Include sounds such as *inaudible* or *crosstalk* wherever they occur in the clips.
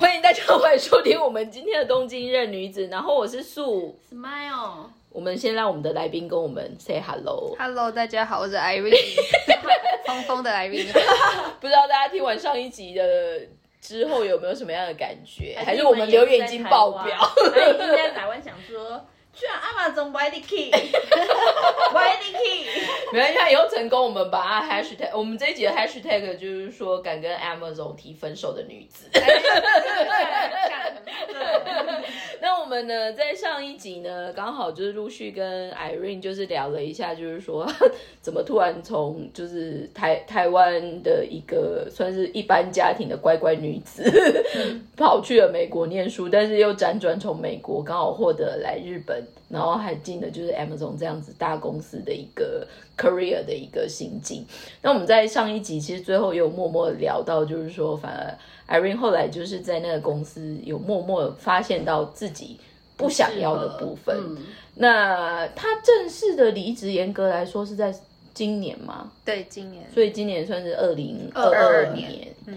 欢迎收听我们今天的东京任女子。然后我是素， Smile，我们先让我们的来宾跟我们 say hello。 Hello，大家好，我是 *laughs* Irene，疯疯的 Irene。不知道大家听完上一集的之后有没有什么样的感觉？还是我我们留言已经爆表？他已经在台湾哎想说，居然阿玛总 Why the key，Why the key， *laughs* 没关系，他以后成功，我们把它 hashtag。我们这一集的 hashtag 就是说，敢跟 Amazon 提分手的女子。 *laughs* 那我们呢，在上一集呢，刚好就是陆续跟 Irene 就是聊了一下，就是说怎么突然从就是台台湾的一个算是一般家庭的乖乖女子， *laughs* 跑去了美国念书，但是又辗转从美国刚好获得来日本，然后还进了就是 Amazon 这样子大公司的一个 career 的一个行径。那我们在上一集其实最后也有默默地聊到，就是说反而。Irene 后来就是在那个公司有默默发现到自己不 *laughs* 想要的部分。嗯那她正式的离职，严格来说是在今年嘛，对，今年所以今年算是二零二22年年。嗯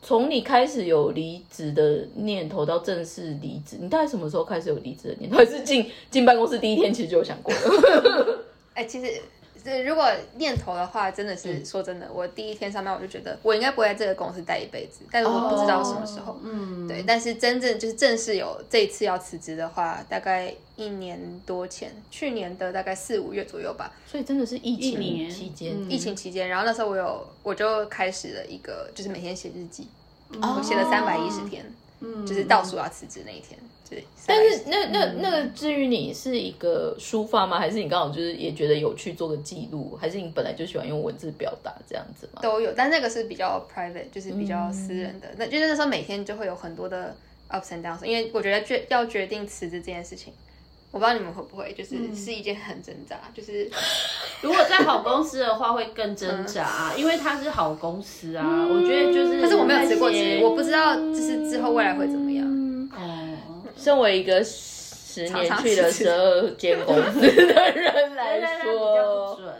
从你开始有离职的念头到正式离职，你大概什么时候开始有离职的念头？还是进进办公室第一天其实就有想过 *laughs* 了？哎、其实这如果念头的话，真的是、说真的，我第一天上班我就觉得我应该不会在这个公司待一辈子，但是我不知道什么时候。嗯，对，但是真正就是正式有这一次要辞职的话，大概一年多前，去年的大概四五月左右吧，所以真的是疫一情年期间，嗯疫情期间，然后那时候我有我就开始了一个，就是每天写日记，哦嗯我写了三百一十天，嗯就是倒数要辞职那一天，对。但是那那那个，至于你是一个抒发吗？还是你刚好就是也觉得有去做个记录？还是你本来就喜欢用文字表达这样子吗？都有，但那个是比较 private，就是比较私嗯人的。那就是那时候每天就会有很多的 ups and downs，因为我觉得决要决定辞职这件事情，我不知道你们会不会，就是、嗯是一件很挣扎，就是如果在好公司的话，会更挣扎，因为它是好公司啊。我觉得就是，嗯可是我没有辞过那职，些我不知道就是之后未来会怎么样。哦，身为一个十年去了常常是十二间公司的人来对对对比较不说，准，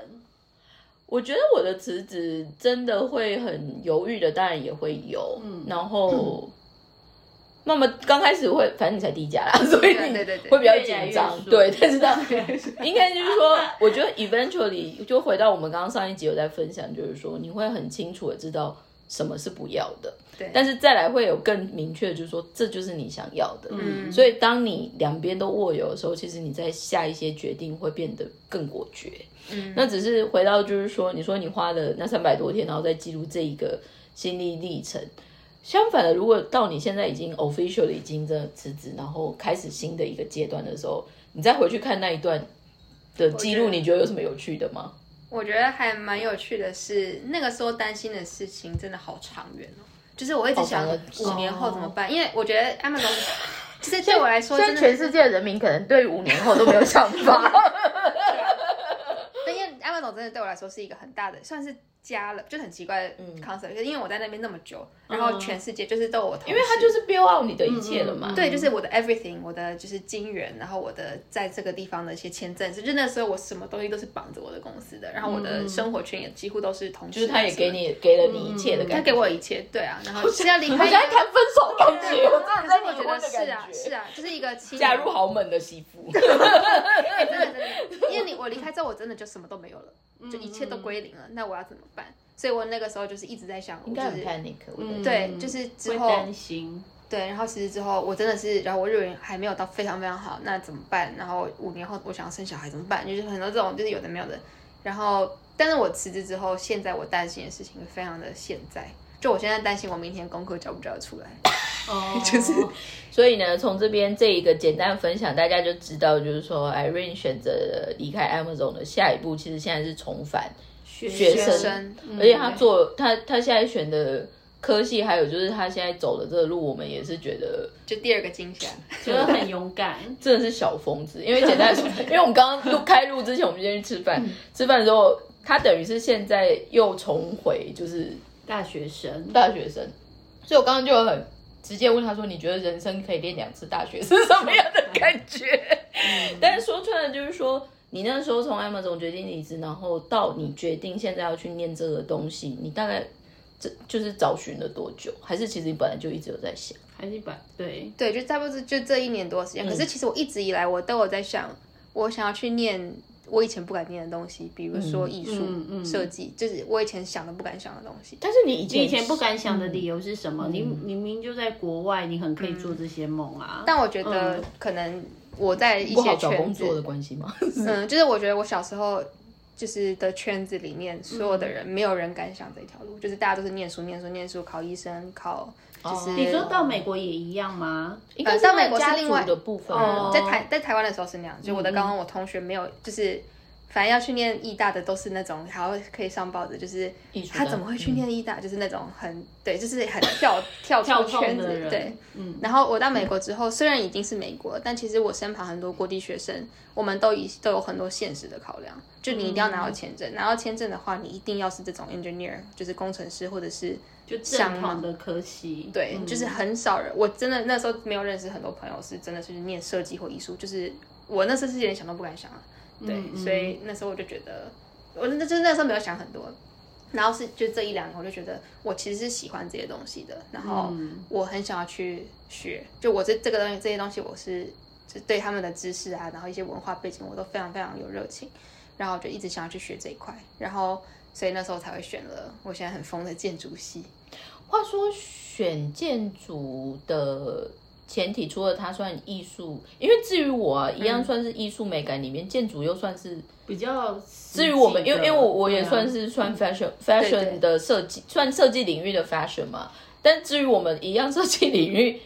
我觉得我的辞职真的会很犹豫的，当然也会有，嗯然后。那么刚开始会，反正你才第一家啦，所以对你对对对会比较越来紧越张，熟对。但是到应该就是说，我觉得 eventually 就回到我们刚刚上一集有在分享，就是说你会很清楚的知道什么是不要的，对但是再来会有更明确，就是说这就是你想要的。嗯所以当你两边都握有的时候，其实你在下一些决定会变得更果决。嗯那只是回到就是说，你说你花了那三百多天，然后再记录这一个心历历程。相反的，如果到你现在已经 official 的已经真的辞职，然后开始新的一个阶段的时候，你再回去看那一段的记录，我觉得你觉得有什么有趣的吗？我觉得还蛮有趣的是，那个时候担心的事情真的好长远哦，就是我一直想好长的哦五年后怎么办，因为我觉得 Amazon 就是对我来说虽真然的全世界的人民可能对五年后都没有想法， *laughs* 但因为 Amazon 真的对我来说是一个很大的，算是家了，就很奇怪的嗯 concept，、就是因为我在那边那么久，然后全世界就是都有我同事，因为它就是 build out 你的一切了嘛。嗯嗯嗯对，就是我的 everything，我的就是金源，然后我的在这个地方的一些签证，就是那时候我什么东西都是绑着我的公司的，然后我的生活圈也几乎都是同事，嗯就是他也给，你给了你一切的感觉。嗯他给我一切，对啊，然后就是要离好开一像在个。谈分手的感觉，我真的可是在我离觉得婚的是感啊，觉。是啊，就是一个七年 *laughs* 嫁入豪门的媳 *laughs* 妇，哎真的真的，因为你 *laughs* 我离开之后，我真的就什么都没有了，就一切都归零了。那我要怎么办？所以我那个时候就是一直在想，我就是 panic，我觉得对，就是之会后担心。对，然后其实之后我真的是，然后我日文还没有到非常非常好，那怎么办？然后五年后我想要生小孩怎么办？就是很多这种就是有的没有的。然后，但是我辞职之后，现在我担心的事情非常的现在，就我现在担心我明天功课交不交得出来。 *laughs* 哦，就是所以呢，从这边这一个简单分享，大家就知道，就是说 Irene 选择了离开 Amazon 的下一步，其实现在是重返，学生学生，嗯而且他做他他现在选的科系，还有就是他现在走的这个路，我们也是觉得就第二个惊吓。觉得很勇敢， *laughs* 真的是小疯子，因为简单来说， *laughs* 因为我们刚刚录开录之前，我们先去吃饭，吃饭的时候，他等于是现在又重回就是大学生。大学生，所以我刚刚就很直接问他说：“你觉得人生可以练两次大学是什么样的感觉？”但是说穿了就是说，你那时候从 M 总决定离职，然后到你决定现在要去念这个东西，你大概这就是找寻了多久？还是其实你本来就一直有在想？还是把对对，就差不多是就这一年多的时嗯间。可是其实我一直以来我都有在想，我想要去念我以前不敢念的东西，比如说艺术、嗯嗯设计，就是我以前想都不敢想的东西。但是你以前你以前不敢想的理由是什嗯么？你你明明就在国外，你很可以做这些梦啊。嗯但我觉得可能我在一嗯不好些找圈工作子的，关系吗？嗯，就是我觉得我小时候。就是的圈子里面，所有的人、没有人敢想这条路，就是大家都是念书、念书、念书，考医生、考就是、你说到美国也一样吗？应该是哦到美国是家另族外的部分嗯哦啊，在台在台湾的时候是那样，就嗯我的高中我同学没有，就是反正要去念艺大的都是那种，还会可以上报纸，就是艺术他的怎么会去念艺大，就是那种很对，就是很 *laughs* 跳跳嗯跳出痛圈的子人，对。，嗯，然后我到美国之后，虽然已经是美国，但其实我身旁很多国际学生，我们都以都有很多现实的考量，就你一定要嗯拿到签证，拿到签证的话，你一定要是这种 engineer，就是工程师或者是就正统的科系，对，嗯就是很少人，我真的那时候没有认识很多朋友是真的是念设计或艺术，就是我那时候是连想都不敢想啊。对，嗯嗯所以那时候我就觉得，我那就是那时候没有想很多，然后是就这一两年我就觉得我其实是喜欢这些东西的，然后嗯我很想要去学，就我这这个东西这些东西我是就对他们的知识啊，然后一些文化背景我都非常非常有热情，然后我就一直想要去学这一块，然后所以那时候才会选了我现在很疯的建筑系。话说选建筑的前提，除了它算艺术，因为至于我啊，一样算是艺术美感里面，建筑又算是。比较至至于我们，因为因为我我也算是算 fashion、fashion 对啊的设计，算设计领域的 fashion 嘛。但至于我们一样设计领域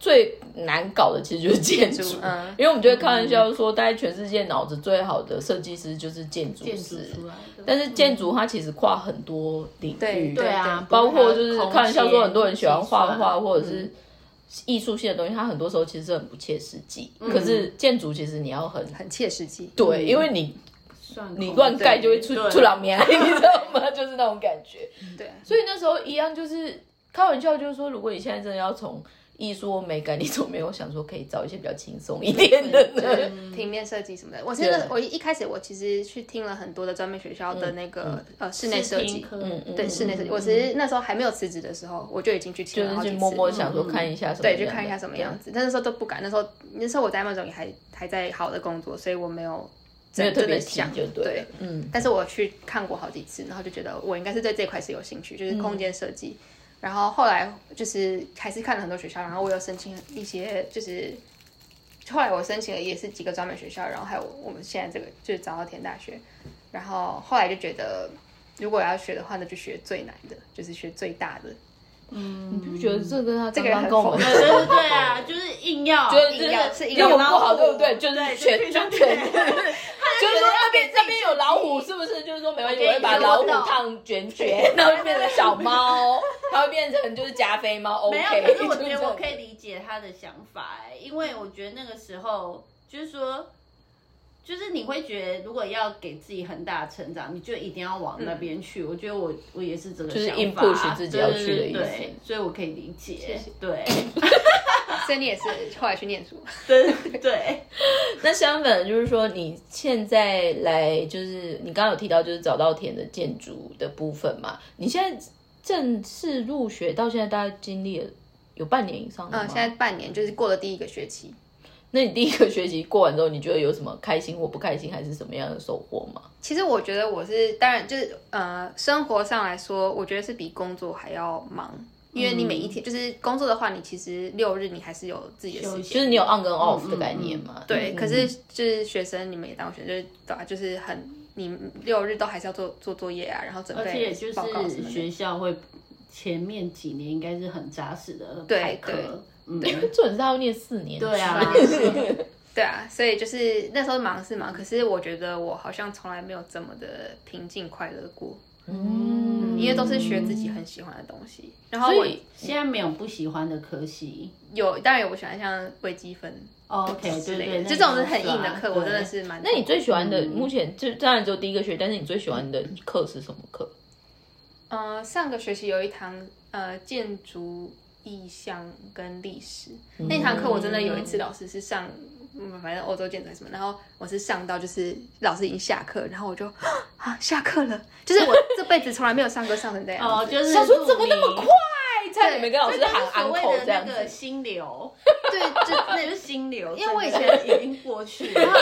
最难搞的，其实就是建筑，筑嗯因为我们就会开玩笑说，大概全世界脑子最好的设计师就是建筑建筑师。啊出来的，但是建筑它其实跨很多领域，对对啊，包括就是空间开玩笑说，很多人喜欢画计算画或者嗯是艺术性的东西，它很多时候其实很不切实际。可是建筑其实你要很嗯很切实际。对，因为你算你空乱盖就会出间对出狼面， *laughs* 你知道吗？ *laughs* 就是那种感觉。对，所以那时候一样就是开玩笑，就是说，如果你现在真的要从艺术或美感，你怎么没有想说可以找一些比较轻松一点的呢？就嗯平面设计什么的。我现在对嗯我一开始我其实去听了很多的专门学校的那个呃室内设视听计，课嗯嗯对室内设计。我其实那时候还没有辞职的时候，我就已经去听就了是好去几默默次。想说啊看一下什么对，样的，去看一下什么样子。但那时候都不敢，那时候那时候我在 Amazon 也还还在好的工作，所以我没有对，没真有特的别提想。就对对了，，嗯。但是我去看过好几次，然后就觉得我应该是对这块是有兴趣，就是空间设计。然后后来就是还是看了很多学校，然后我有申请一些，就是后来我申请了也是几个专门学校，然后还有我们现在这个就是早稻田大学。然后后来就觉得，如果要学的话，那就学最难的，就是学最大的。你不觉得这跟他这刚个人刚很跟我们疯对 *laughs* 对对啊，就是硬要，觉得硬要是硬用要不好，对不对？就是全对就就全，就是 *laughs* 全是说那边那边有老虎，是不是？就是说没关系，我我跟会你把说老虎我懂烫卷卷， *laughs* 然后就变成小 *laughs* 猫，它会变成就是加菲猫。没 *laughs* OK， *laughs* 有，可是我就觉这得我种可以理解他的想法、欸，因为我觉得那个时候就是说，就是你会觉得如果要给自己很大的成长，你就一定要往那边去。嗯我觉得我我也是这个就是想法，啊 impush 自己要去的对对意思对所以我可以理解， *laughs* 对所以你也是后来去念书，对 *laughs* 对，哎那相反就是说，你现在来就是你刚刚有提到就是早稻田的建筑的部分嘛，你现在正式入学到现在大概经历了有半年以上了吗？嗯，现在半年就是过了第一个学期，那你第一个学期过完之后，你觉得有什么开心或不开心，还是什么样的收获吗？其实我觉得我是，当然就是呃，生活上来说，我觉得是比工作还要忙，因为你每嗯一天、就是工作的话，你其实六日你还是有自己的时休间。息就是你有 on 跟 off 的概念嘛？对，嗯可是就是学生，你们也当学生，就是对吧？啊就是很你六日都还是要做做作业啊，然后准而且也备就报告什是么学的。校会前面几年应该是很扎实的对排课对，嗯，准是他要念四年，对啊， *laughs* 对啊，所以就是那时候忙是忙，可是我觉得我好像从来没有这么的平静快乐过，嗯因为都是学自己很喜欢的东西。然后所我以现在没有不喜欢的科系。有当然有我喜欢像微积分 OK，哦之哎对类对，的，那就个这种是很硬的啊课，我真的对是蛮。那你最喜欢的目前就当然只有第一个学，但是你最喜欢的课是什么课？呃，上个学期有一堂呃建筑意象跟历史、嗯那堂课，我真的有一次老师是上，嗯、反正欧洲建筑还是什么，然后我是上到就是老师已经下课，然后我就啊下课了，就是我这辈子从来没有上课上成这样子。哦，就是想说怎么那么录影快，差点没跟老这师就喊是所谓 uncle 的这那样个子。心流， *laughs* 对，就那就是心流，因为我以真的已经过去了。哦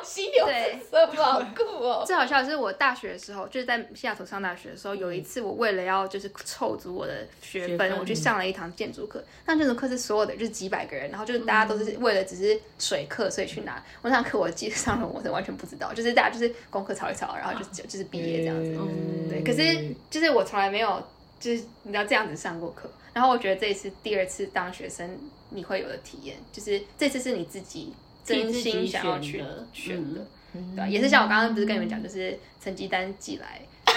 犀牛对什么好酷哦！最好笑的是，我大学的时候，就是在西雅图上大学的时候，有一次我为了要就是凑足我的嗯学学分，嗯分我去上了一堂建筑课。那建筑课是所有的，就是几百个人，然后就是大家都是为了只是水课，所以去拿。我那堂课我记得上了，我是完全不知道，就是大家就是功课抄一抄，然后就就就是毕业这样子。嗯对，可是就是我从来没有就是你知道这样子上过课，然后我觉得这一次第二次当学生你会有的体验，就是这次是你自己真心想要去替自己选的选的，嗯对吧、也是像我刚刚不是跟你们讲，就是成绩单寄来，他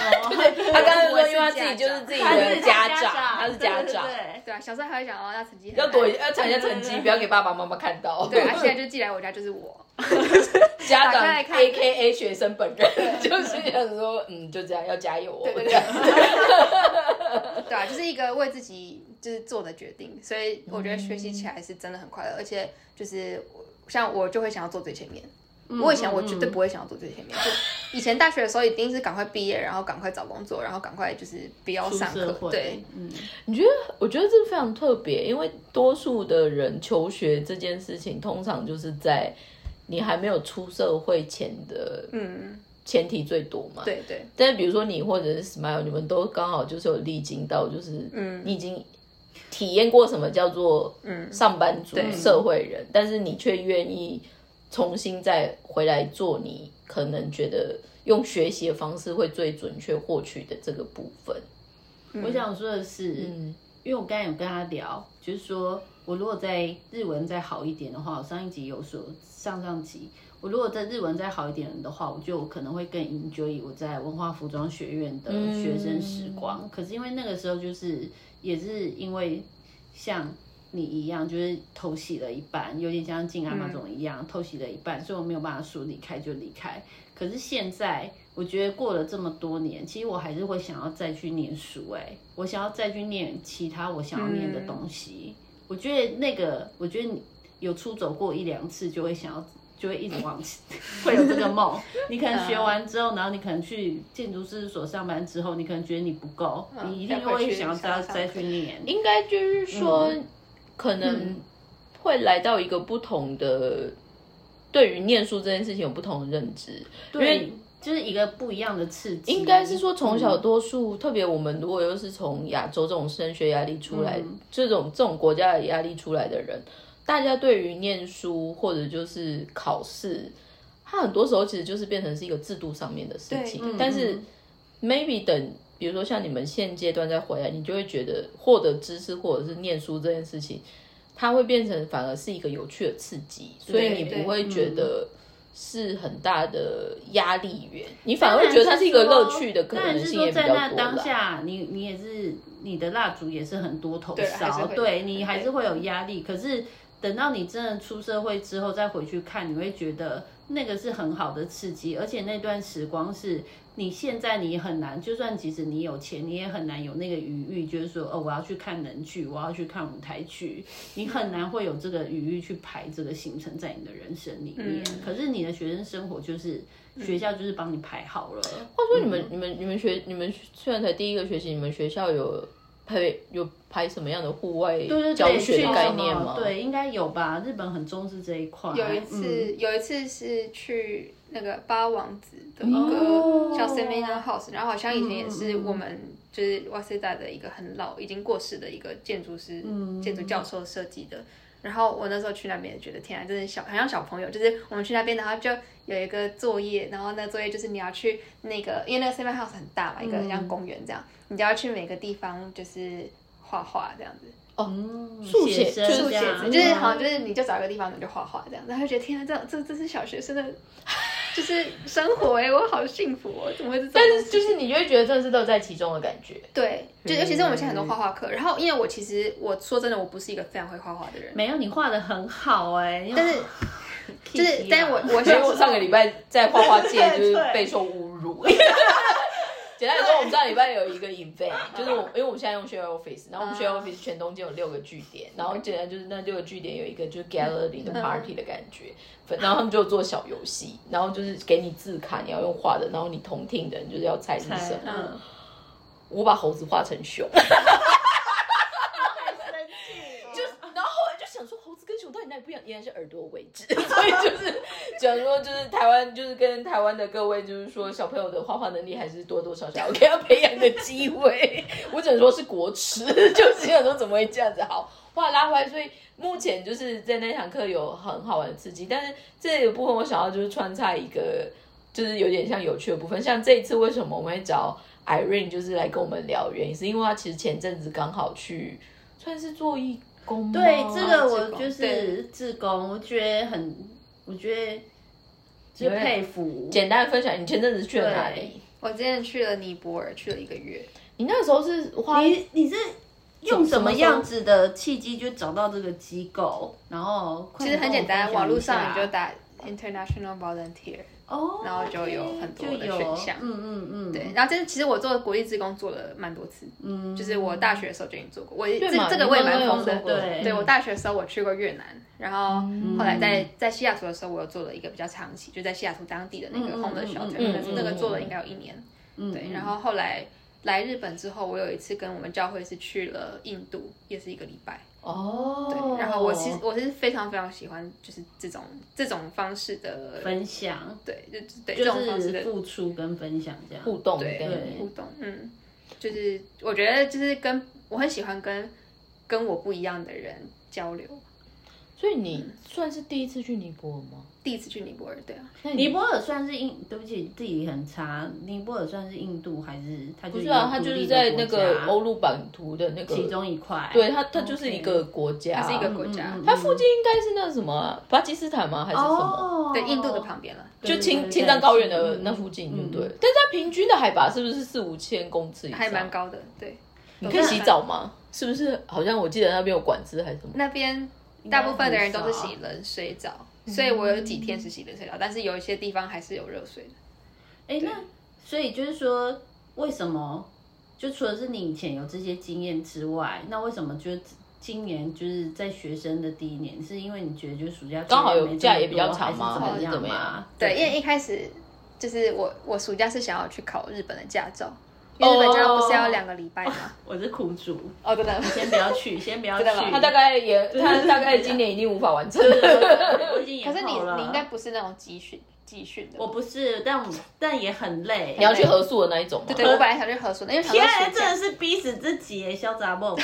刚才说，我是因为他自己就是自己的家长，他是家长，对对啊，小时候还会想哦，那成绩很要烂躲要藏一下成绩，不要给爸爸妈妈看到。对啊，现在就寄来我家就是我，家打长开来看 A K A 学生本人，就是想说，嗯，就这样，要加油哦。对对这样对， *laughs* 对啊，就是一个为自己就是做的决定，所以我觉得学习起来是真的很快乐，而且就是我像我就会想要坐最前面。我以前嗯我绝对不会想要坐最前面，就以前大学的时候一定是赶快毕业，然后赶快找工作，然后赶快就是不要出上社课会，，对，，嗯，你觉得？我觉得这非常特别，因为多数的人求学这件事情，通常就是在你还没有出社会前的嗯，前提最多嘛。。对对，但是比如说你或者是 Smile，你们都刚好就是有历经到，就是嗯你已经体验过什么叫做嗯上班族、对社会人，但是你却愿意重新再回来做你可能觉得用学习的方式会最准确获取的这个部分。我想说的是，嗯因为我刚才有跟他聊，就是说我如果在日文再好一点的话，我上一集有说，上上集我如果在日文再好一点的话，我就可能会更 enjoy 我在文化服装学院的学生时光。可是因为那个时候就是也是因为像。你一样，就是偷袭了一半，有点像进阿嗯玛总一样、偷袭了一半，所以我没有办法说离开就离开。可是现在，我觉得过了这么多年，其实我还是会想要再去念书、哎，我想要再去念其他我想要念的嗯东西。我觉得那个，我觉得你有出走过一两次，就会想要，就会一直往， *laughs* 会有这个梦。你可能学嗯完之后，然后你可能去建筑师所上班之后，你可能觉得你不够，你一定再回会去想要想嗯要再上再课去念。应该就是说，可能会来到一个不同的。对于念书这件事情有不同的认知，对，就是一个不一样的刺激。啊应该是说从小多数，特别我们如果又是从亚洲这种升学压力出来，嗯这种这种国家的压力出来的人，大家对于念书或者就是考试，它很多时候其实就是变成是一个制度上面的事情。对嗯但是嗯 maybe 等，比如说像你们现阶段再回来，你就会觉得获得知识或者是念书这件事情，它会变成反而是一个有趣的刺激，所以你不会嗯觉得。是很大的压力源，你反而会觉得它是一个乐趣的可当然能是性说也比较在多那啦当。下，你你也是你的蜡烛也是很多头对还是烧，会对你还是会有压力。可是等到你真的出社会之后再回去看，你会觉得那个是很好的刺激，而且那段时光是。你现在你也很难，就算即使你有钱，你也很难有那个余裕，就是说，哦，我要去看人剧，我要去看舞台剧，你很难会有这个余裕去排这个行程在你的人生里面。嗯可是你的学生生活就是学校就是帮你排好了。话说你们、你们、你们学、你们虽然才第一个学期，你们学校有排有排什么样的户外对对对，教学去的什概么念吗？对，应该有吧。日本很重视这一块。有一嗯、次，有一次是去那个八王子的一哦个叫 Seminar House，然后好像以前也是我们就是哇塞达的一个很老、已经过世的一个建筑师、嗯建筑教授设计的。然后我那时候去那边，觉得天啊，真的小，很像小朋友。就是我们去那边，然后就有一个作业，然后那作业就是你要去那个，因为那个 Seminar House 很大嘛，一个嗯很像公园这样，你就要去每个地方就是画画这样子。速写嗯生就是速这写嗯样字，就是好像就是你就找一个地方你就画画这样，然后就觉得天啊，这样这这是小学生的，就是生活哎、我好幸福哦，怎么会是这种但东是西？就是你就会觉得真的是乐在其中的感觉。对，就尤其是我们现在很多画画课，然后因为我其实我说真的，我不是一个非常会画画的人，没有你画的很好哎、但是就 Kitty 是啊，但是我我所以小时我候上个礼拜在画画界对就是对备受侮辱。简单来说，我们上礼拜有一个 event，就是我，因为我们现在用 share office，然后我们 share office 全东京有六个据点，然后简单就是那六个据点有一个就是 gallery 的 party 的感觉，然后他们就做小游戏，然后就是给你字卡，你要用画的，然后你同听嗯的人就是要猜是什么。嗯，我把猴子画成熊， *laughs* 地方是耳朵为止， *laughs* 所以就是讲说，就是台湾，就是跟台湾的各位，就是说小朋友的画画能力还是多多少少给他培养个机会。我只能说是国耻， *laughs* 就是想说怎么会这样子好。话拉回来，所以目前就是在那堂课有很好玩的刺激，但是这个部分我想要就是穿插一个，就是有点像有趣的部分。像这一次为什么我们会找 Irene 就是来跟我们聊，原因是因为她其实前阵子刚好去算是做义工吗，对，这个我工就对是志工，我觉得很，我觉得就是有点佩服。简单的分享，你前阵子去了哪里对？我之前去了尼泊尔，去了一个月。你那时候是花你你是用什什么么时候样子的契机就找到这个机构？然后其哦实很简单，网络上你就打打 international volunteer，哦，然后就有很多的就有选项嗯嗯嗯，对，然后这其实我做国际职工做了蛮多次，嗯，就是我大学的时候就已经做过，我也这嘛这个你我也刚刚蛮有疯的，说过对对我大学的时候我去过越南，然后嗯后来在在西雅图的时候，我有做了一个比较长期，就在西雅图当地的那个嗯嗯 homeless 嗯 shelter，嗯那嗯那个嗯做了嗯应该有一年，嗯对，嗯然后后来来日本之后，我有一次跟我们教会是去了印度，也是一个礼拜。哦，对，然后我其实我是非常非常喜欢，就是这种这种方式的，分享对，就对这就种方式是的付出跟分享这样。互动的对概念互动，嗯，就是我觉得就是跟我很喜欢跟跟我不一样的人交流。所以你算是第一次去尼泊尔吗？第一次去尼泊尔，对啊，那尼泊尔算是印，对不起，地理很差。尼泊尔算是印度还是它就不是是一啊，它独就是立的在国那个家欧陆版图的那个其中一块。对它，它就是一个国家，它是一个嗯国家嗯嗯嗯它附近应该是那个什么啊巴基斯坦吗？还是什么？哦，对，印度的旁边了，就对青对青藏高原的那附近，对嗯不对？但是它平均的海拔是不是四五千公尺以上？还蛮。高的，对。你可以洗澡吗？是不是？好像我记得那边有管制还是什么？那边大部分的人都是洗冷水澡，所以我有几天是洗冷水澡，但是有一些地方还是有热水的。哎，那所以就是说，为什么就除了是你以前有这些经验之外，那为什么就是今年就是在学生的第一年，是因为你觉得就是暑假刚好有作业没这假么也比较多长吗还还是是怎怎么么样样？对，因为一开始就是我我暑假是想要去考日本的驾照，因为日本驾照不是要两个礼拜吗？我是苦主， *laughs* 哦，真的，先不 *laughs* 要去，先不要去。真的吗他大概也，他大概今年一定无法完成。我已 *laughs* 经可延是你后了你应该不是那种集训集训的吧，我不是，但但也很累。你要去合宿的那一种吗？对，我本来想去合宿的，因为想说天啊，暑真假的，是逼死自己耶，潇 *laughs* 洒梦。 *laughs*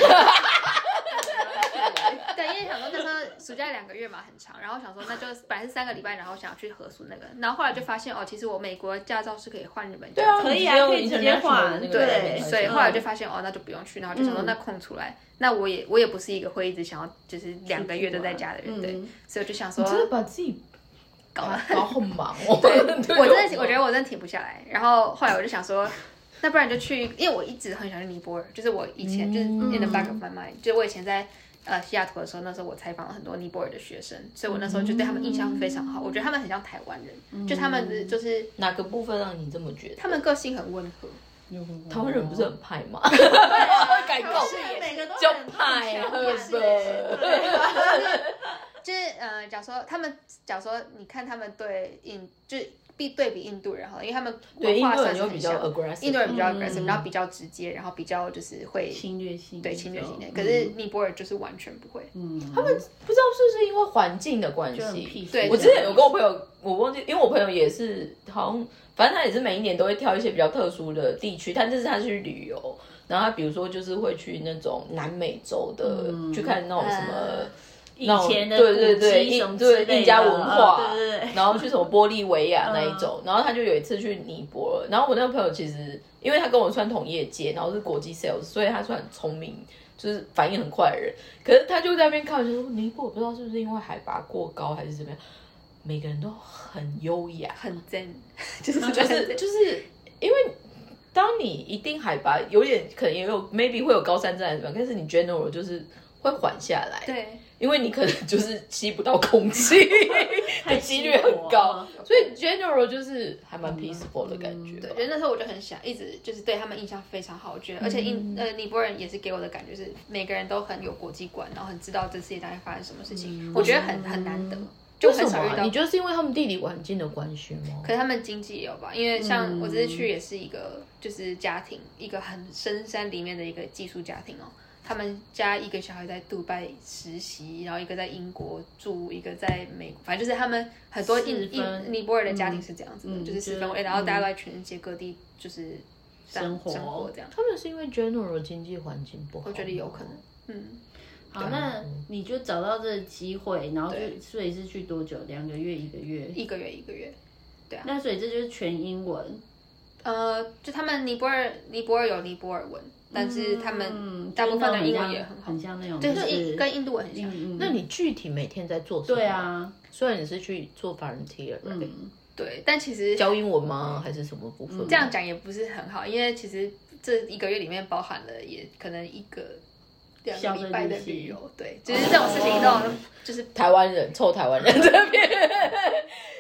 对，因为想说那时候暑假两个月嘛，很长，然后想说那就本来是三个礼拜，然后想要去合宿那个，然后后来就发现哦，其实我美国驾照是可以换日本驾对啊，照，可以你 *laughs* 啊只有可以直接换 international 的那个对所以嗯后来就发现哦，那就不用去，然后就想说那空出来，那我也我也不是一个会一直想要就是两个月都在家的人，对，嗯所以我就想说，真的把自己搞了啊搞好 *laughs* 忙哦。对， *laughs* 我真的我觉得我真的停不下来，然后后来我就想说。那不然就去，因为我一直很想去尼泊尔，就是我以前、就是嗯 in the back of my mind，就是我以前在呃西雅图的时候，那时候我采访了很多尼泊尔的学生，所以我那时候就对他们印象非常好，我觉得他们很像台湾人，就他们嗯的就是哪个部分让你这么觉得？他们个性很温和，台湾人不是很派吗？改不构是哎每个都 *laughs* 就很派啊，很强对就是呃，假如说他们，假如说你看他们对印，就是必对比印度人哈，因为他们对，文印化度算人是就很比较像， aggressive，印度人比较嗯 aggressive，、然后比较直接，然后比较就是会侵略性，对侵略性的，可是尼泊尔就是完全不会。嗯，他们不知道是不是因为环境的关就很系屁。事对我之前有跟我朋友，我忘记，因为我朋友也是，好像反正他也是每一年都会挑一些比较特殊的地区，但这是他去旅游，然后他比如说就是会去那种南美洲的，去看那种什么。嗯啊以那种前的对对古对迹什印么对之印类加的文化，嗯对对对然后去什么玻利维亚那一种，然后他就有一次去尼泊尔，然后我那个朋友其实因为他跟我算同业界，然后是国际 sales，所以他算很聪明，就是反应很快的人，可是他就在那边看，我就说尼泊尔不知道是不是因为海拔过高还是怎么样，每个人都很优雅，很 *laughs* zen，就是哦就很是 *laughs* zen 就是因为当你一定海拔有点可能也有 maybe 会有高山症还是什么，但是你 general 就是会缓下来，对，因为你可能就是吸不到空气 *laughs* 的几率很高，所以 general 就是还蛮 peaceful 的感觉吧我。觉得那时候我就很想一直就是对他们印象非常好，我觉得而且印、呃尼泊尔人也是给我的感觉是每个人都很有国际观，然后很知道这世界大概发生什么事情，我觉得很很难得。嗯就为什很么少遇啊？到你。觉得是因为他们地理环境的关系吗？可是他们经济也有吧，因为像嗯我这次去也是一个就是家庭，一个很深山里面的一个寄宿家庭哦。他们家一个小孩在杜拜实习，然后一个在英国住，一个在美国，反正就是他们很多四印分印尼泊尔的家庭是这样子的，嗯就是就是四分位，然后大家都在全世界各地就是这样生活生活这样，他们是因为 general 经济环境不好，我觉得有可能。。嗯，好，那你就找到这个机会，然后就所以是去多久？两个月，一个月？一个月一个月，啊那所以这就是全英文，呃，就他们尼泊尔尼泊尔有尼泊尔文，但是他嗯们大部分的英文也很好，很像那种对，就就是印跟印度文很像。嗯那你具体每天在做什么？对，啊，虽然你是去做 volunteer，right？嗯，对，但其实教英文吗？还是什么部分？这样讲也不是很好，因为其实这一个月里面包含了也可能一个两个礼拜的旅游，对，就是这种事情都哦就是台湾人，臭台湾人这边。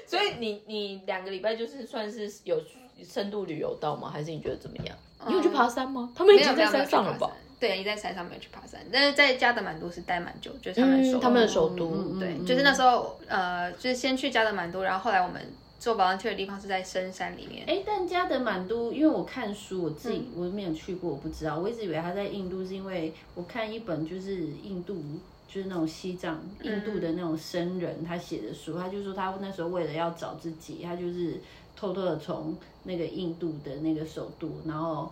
所以你你两个礼拜就是算是有深度旅游到吗？还是你觉得怎么样？你有去爬山吗？他们已没有经没在有没有山去爬上了山吧？，对，已经在山上没有去爬山，但是在加德满都是待蛮久，就是他们首嗯，都他们的首都，嗯嗯嗯对，就是那时候呃，就是先去加德满都，然后后来我们做 volunteer 的地方是在深山里面，哎，但加德满都，因为我看书，我自己我没有去过，我不知道，我一直以为他在印度，是因为我看一本就是印度。就是那种西藏印度的那种僧人，他写的书，他就说他那时候为了要找自己，他就是偷偷的从那个印度的那个首都，然后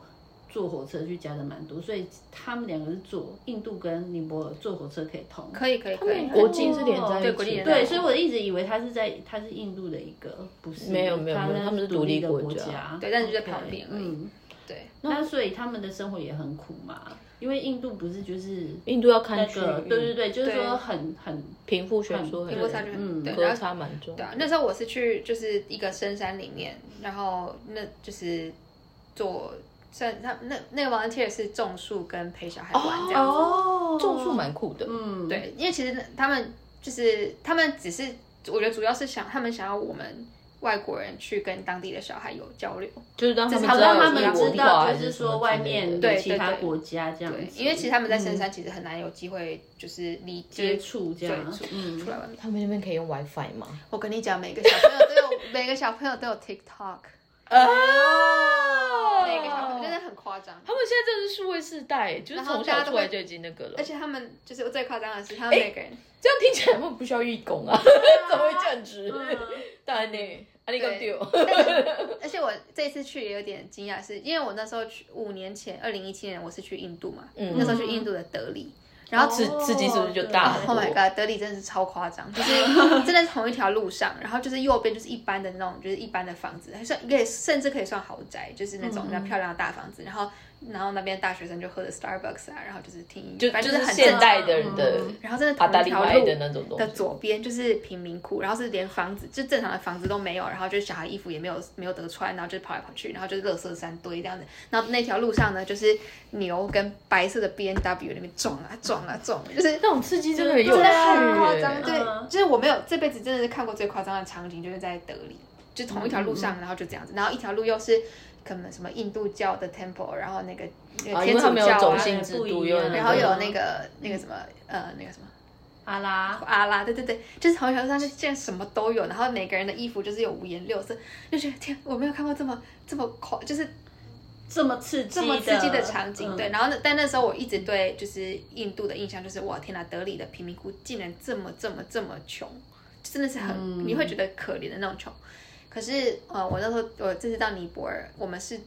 坐火车去加德满都，所以他们两个是坐印度跟尼泊尔坐火车可以通，可以可以可以，哦国境是连在一起的对国际连在对，一起所以我一直以为他是在他是印度的一个，不是没有没有没有它他们是独立立的国国家对但是就在旁边 OK，而已嗯，对，那所以他们的生活也很苦嘛，因为印度不是就是印度要看那区个，域对对对，就是对说很很贫富悬殊很很落差就很嗯对，然落后差蛮重对。啊，那时候我是去就是一个深山里面，然后那就是做算他那那个 volunteer 是种树跟陪小孩玩这样子。哦，种树蛮酷的，嗯，对，因为其实他们就是他们只是我觉得主要是想他们想要我们外国人去跟当地的小孩有交流，就是让他只们是知好道让有他自己们文知化道，还就是是什么说外之类的面对的其他对对国家这样对，子，嗯因为其实他们在深山其实很难有机会就是离接接触这样接，嗯 *laughs* 出，来外面。他们那边可以用 WiFi 吗？我跟你讲，每个小朋友都有每个小朋友都有 TikTok，啊哦每个小朋友真的很夸张。他们现在真的是数位世代，就是从小出来就已经那个了而。且他们就是最夸张的是，他们每个人这样听起来他们不需要义工啊，怎么会这样子？嗯 *laughs* 当然呢，啊你个丢， *laughs* 而且我这次去也有点惊讶，是因为我那时候去五年前，二零一七年我是去印度嘛，嗯哦那时候去印度的德里，然后刺刺激是不是就大很多 Oh my god，德里真的是超夸张，就是 *laughs* 真的是同一条路上，然后就是右边就是一般的那种，就是一般的房子，还算可以甚至可以算豪宅，就是那种嗯比较漂亮的大房子，然后然后那边大学生就喝着 Starbucks 啊，然后就是听音乐，就反就正就是是很现正代的人的然后真的阿同达一利条拍路的那种东的西。左边就是贫民窟，然后是连房子就正常的房子都没有，然后就是小孩衣服也没有没有得穿，然后就跑来跑去，然后就是垃圾山堆这样子。然后那条路上呢，就是牛跟白色的 B N W 那边撞啊撞啊撞，就是那种刺激真的很有真趣的欸啊很夸张。嗯对，就是我没有这辈子真的是看过最夸张的场景，就是在德里，就同一条路嗯上，然后就这样子，然后一条路又是可能什么印度教的 temple，然后那个那啊，个因天为他主们教有啊，种姓制不度，一又样然后有那个那个什么呃那个什么。阿拉，阿拉，对对对，就是同学上就现在什么都有，然后每个人的衣服就是有五颜六色，就觉得天，我没有看过这么这么狂，就是这么刺激这么刺激的场景。嗯对，然后那但那时候我一直对就是印度的印象就是，哇天哪，德里的贫民窟竟然这么这么这么穷，真的是很、嗯你会觉得可怜的那种穷。可是呃，我那时候我这次到尼泊尔，我们是。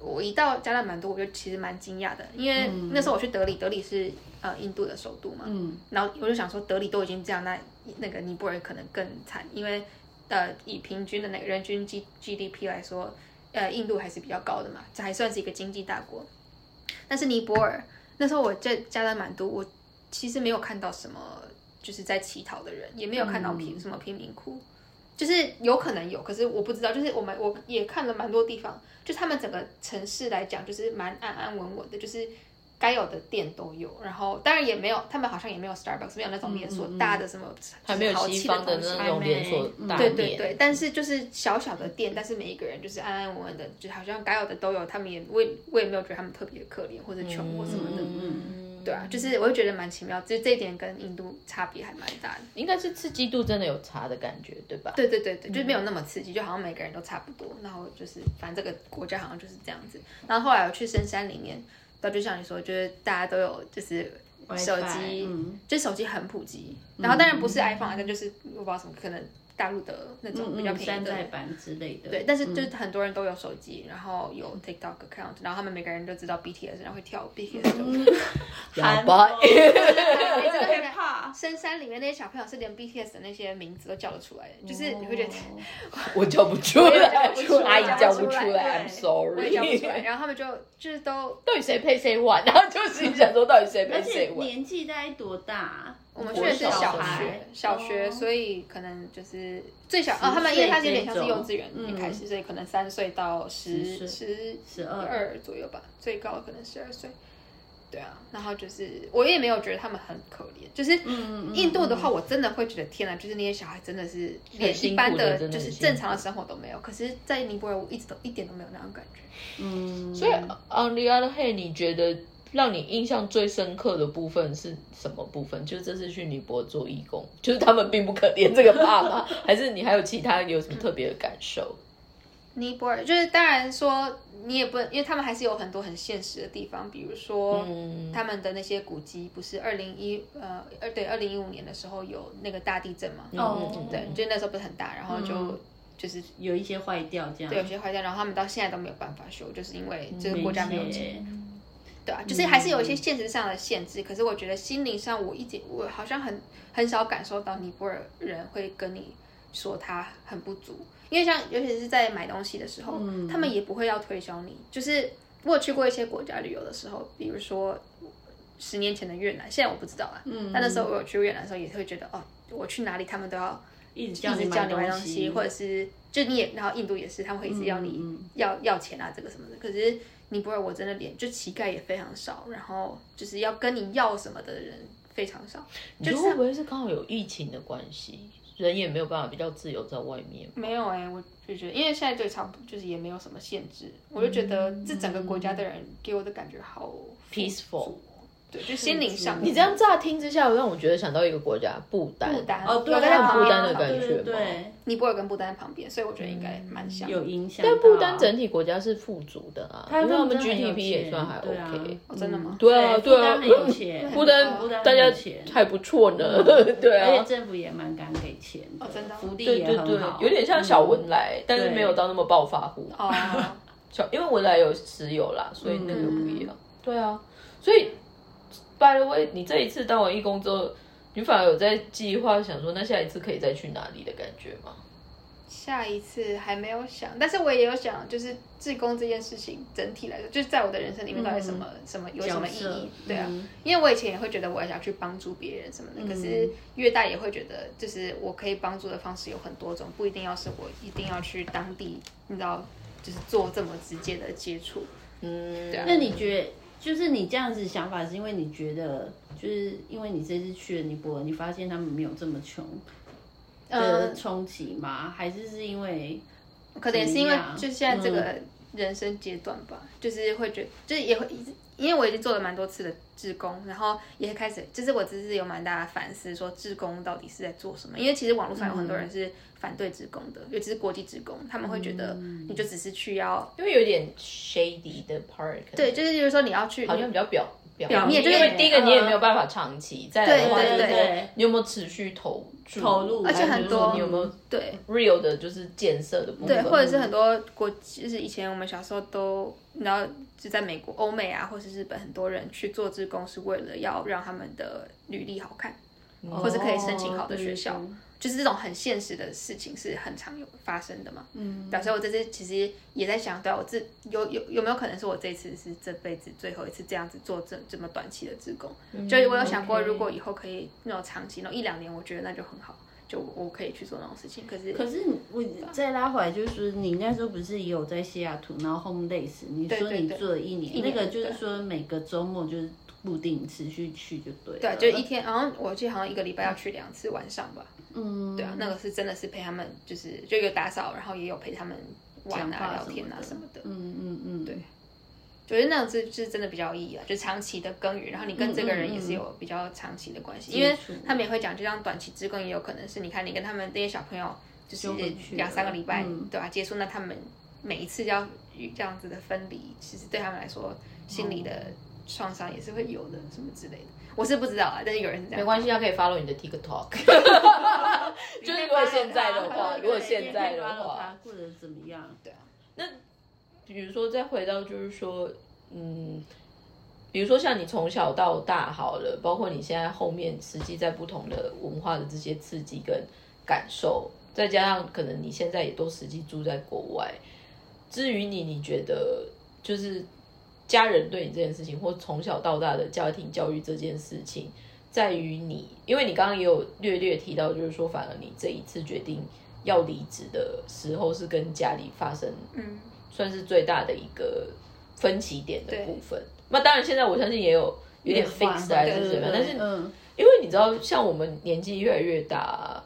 我一到加勒满都，我就其实蛮惊讶的，因为那时候我去德里，德里是呃印度的首都嘛，嗯，然后我就想说，德里都已经这样，那那个尼泊尔可能更惨，因为呃，以平均的那个人均 G GDP 来说，呃，印度还是比较高的嘛，这还算是一个经济大国。但是尼泊尔那时候我在加德满都，我其实没有看到什么就是在乞讨的人，也没有看嗯到贫、什么贫民窟，就是有可能有，可是我不知道。就是我们我也看了蛮多地方，就他们整个城市来讲，就是蛮安安稳稳的，就是该有的店都有，然后当然也没有，他们好像也没有 Starbucks，没有那种连锁大的什么，嗯还没有就是豪西气方的东西那种连锁大对对面，对，但是就是小小的店，但是每一个人就是安安稳稳的，就好像该有的都有，他们也我也我也没有觉得他们特别可怜或者穷或什么的。嗯，对啊，就是我会觉得蛮奇妙，就是这一点跟印度差别还蛮大的。应该是刺激度真的有差的感觉，对吧？对对对对，就是没有那么刺激，就好像每个人都差不多。然后就是，反正这个国家好像就是这样子。然后后来我去深山里面，到就像你说，就是大家都有就是手机，嗯就是手机很普及。然后当然不是 iPhone，但啊就是我不知道什么，可能大陆的那种比较嗯，便山宜的寨版之类的。嗯对，但是就是很多人都有手机，然后有 TikTok account，然后他们每个人都知道 BTS，然后会跳 BTS *laughs* 的歌。哑韩巴国对害怕，深山里面那些小朋友是连 BTS 的那些名字都叫得出来的，就是你会觉得 *laughs* 哦我叫不出来来，阿 *laughs* 阿姨姨叫叫不不出出来来，I'm 我也叫不出来， sorry。然后他们就就是都到底谁配谁玩？ *laughs* 然后就心想说，到底谁而配且谁玩？年纪大概多大？我我们去国的是小小小学孩，小学，哦所以可能就是最小啊，十他们因为岁他是有这点像是幼种嗯稚园一开始，所以可能三岁到十十呃十十十二，二左右吧，最高可能十二岁。对啊，然后就是我也没有觉得他们很可怜，就是嗯嗯印度的话，我真的会觉得天哪，就是那些小孩真的是很连一辛苦般的真的就很是辛正苦常的生活都没有。可是，在尼泊尔，我一直都一点都没有那种感觉。嗯，所以，on the other hand，你觉得让你印象最深刻的部分是什么部分？就是这次去尼泊尔做义工，就是他们并不可怜这个爸 *laughs* 妈，还是你还有其他有什么特别的感受？尼泊尔就是当然说你也不能，因为他们还是有很多很现实的地方，比如说、嗯，他们的那些古迹，不是二零一呃二对二零一五年的时候有那个大地震嘛？哦嗯嗯对，就那时候不是很大，然后就、嗯就是有一些坏掉这样，对有些坏掉，然后他们到现在都没有办法修，就是因为这嗯个没国家没有钱。解对啊，就是还是有一些现实上的限制，可是我觉得心灵上，我一直我好像很很少感受到尼泊尔人会跟你说他很不足，因为像尤其是在买东西的时候，他们也不会要推销你。就是我有去过一些国家旅游的时候，比如说十年前的越南，现在我不知道啊，嗯但那时候我有去越南的时候，也会觉得哦，我去哪里他们都要一直一直叫买你买东西，西，或者是就你也，然后印度也是，他们会一直要你、嗯要要钱啊，这个什么的。可是尼泊尔我真的连就乞丐也非常少，然后就是要跟你要什么的人非常少，你就觉得是会他不会是刚好有疫情的关系，人也没有办法比较自由在外面？没有哎、我就觉得因为现在对差不多就是也没有什么限制，我就觉得这整个国家的人给我的感觉好哦 Peaceful 对，就心灵上你这样乍听之下，让我觉得想到一个国家，嗯不丹。不丹哦，对啊，有在旁很边孤单的感觉对对吗对，尼泊尔跟不丹旁边，所以我觉得应该蛮像的。有影响到啊。但不丹整体国家是富足的啊，因为他他们真的很有 GDP 也钱算还对啊 OK。哦真的吗嗯对啊对对啊不丹很 *laughs* 有钱，不哦丹不丹大很家有钱， *laughs* 还不错呢， *laughs* 对而且啊，政府也蛮敢给钱的，哦真的哦福利对也对对很好，，有点像小文莱，但是对没有到那么暴发户。哦，小因为文莱有石油嗯啦，所以那个不一样。对啊，所以 by the way，你这一次当完义工之后，你反而有在计划想说，那下一次可以再去哪里的感觉吗？下一次还没有想，但是我也有想，就是志工这件事情整体来说，就是在我的人生里面到底什么、什么有什么意嗯角色义？对啊，嗯因为我以前也会觉得我想去帮助别人什么的，可嗯是越大也会觉得，就是我可以帮助的方式有很多种，不一定要是我一定要去当地，你知道，就是做这么直接的接触。嗯，对啊那你觉就是你这样子想法，是因为你觉得，就是因为你这次去了尼泊尔，你发现他们没有这么穷的呃嗯，冲击吗？还是是因为可能也是因为怎么样就现在这个嗯人生阶段吧，就是会觉就是也会一直，因为我已经做了蛮多次的志工，然后也开始，就是我只是有蛮大的反思，说志工到底是在做什么？因为其实网络上有很多人是反对志工的，尤其是国际志工，他们会觉得嗯你就只是去要，因为有点 shady 的 part，对，就是比如说你要去，好像比较表表表面因对为第一个你也嗯没有办法长期，再来的话对就是对说对你有没有持续投注投入还有而且很就是说多你有没有对 real 的就是建设的部分，对，或者是很多国，就是以前我们小时候都，你知道，就在美国、欧美啊，或是日本，很多人去做志工是为了要让他们的履历好看。或是可以申请好的学校哦就是这种很现实的事情是很常有发生的嘛。嗯，表示我这次其实也在想，对啊、我这有有有没有可能是我这次是这辈子最后一次这样子做这这么短期的志工？就是我有想过，嗯 OK 如果以后可以那种长期，那种一两年，我觉得那就很好，就我我可以去做那种事情。可呃是可是你我再拉回来，就是你那时候不是也有在西雅图，然后 homeless，你对说对你对做了一年，一年那个就对是说每个周末就是固定持续去就对对啊，了，就一天，好像我记得好像一个礼拜要去两次晚上吧。嗯，对啊，那个是真的是陪他们，就是就有打扫，然后也有陪他们玩讲啊、话聊什么天啊的什么的。嗯嗯嗯，对。我觉得那样是是真的比较有意义啊，就长期的耕耘，然后你跟这个人也是嗯有比较长期的关系，因为他们也会讲，就像短期之耕也有可能是，你看你跟他们这些小朋友就是就回去两三个了礼拜、嗯对吧、结束，那他们每一次要与这样子的分离，其实对他们来说心理的创伤也是会有的，什么之类的。我是不知道啊，但是有人是这样，没关系，他可以 follow 你的 TikTok。就是如果现在的话，如果现在的话，，或者怎么样？对啊，比如说再回到就是说，嗯，比如说像你从小到大好了，包括你现在后面实际在不同的文化的这些刺激跟感受，再加上可能你现在也都实际住在国外，至于你，你觉得就是家人对你这件事情，或从小到大的家庭教育这件事情，在于你，因为你刚刚也有略略提到，就是说，反而你这一次决定要离职的时候，是跟家里发生嗯，算是最大的一个分歧点的部分。那当然，现在我相信也有有点 fixed 还是怎么样，但是嗯，因为你知道，像我们年纪越来越大，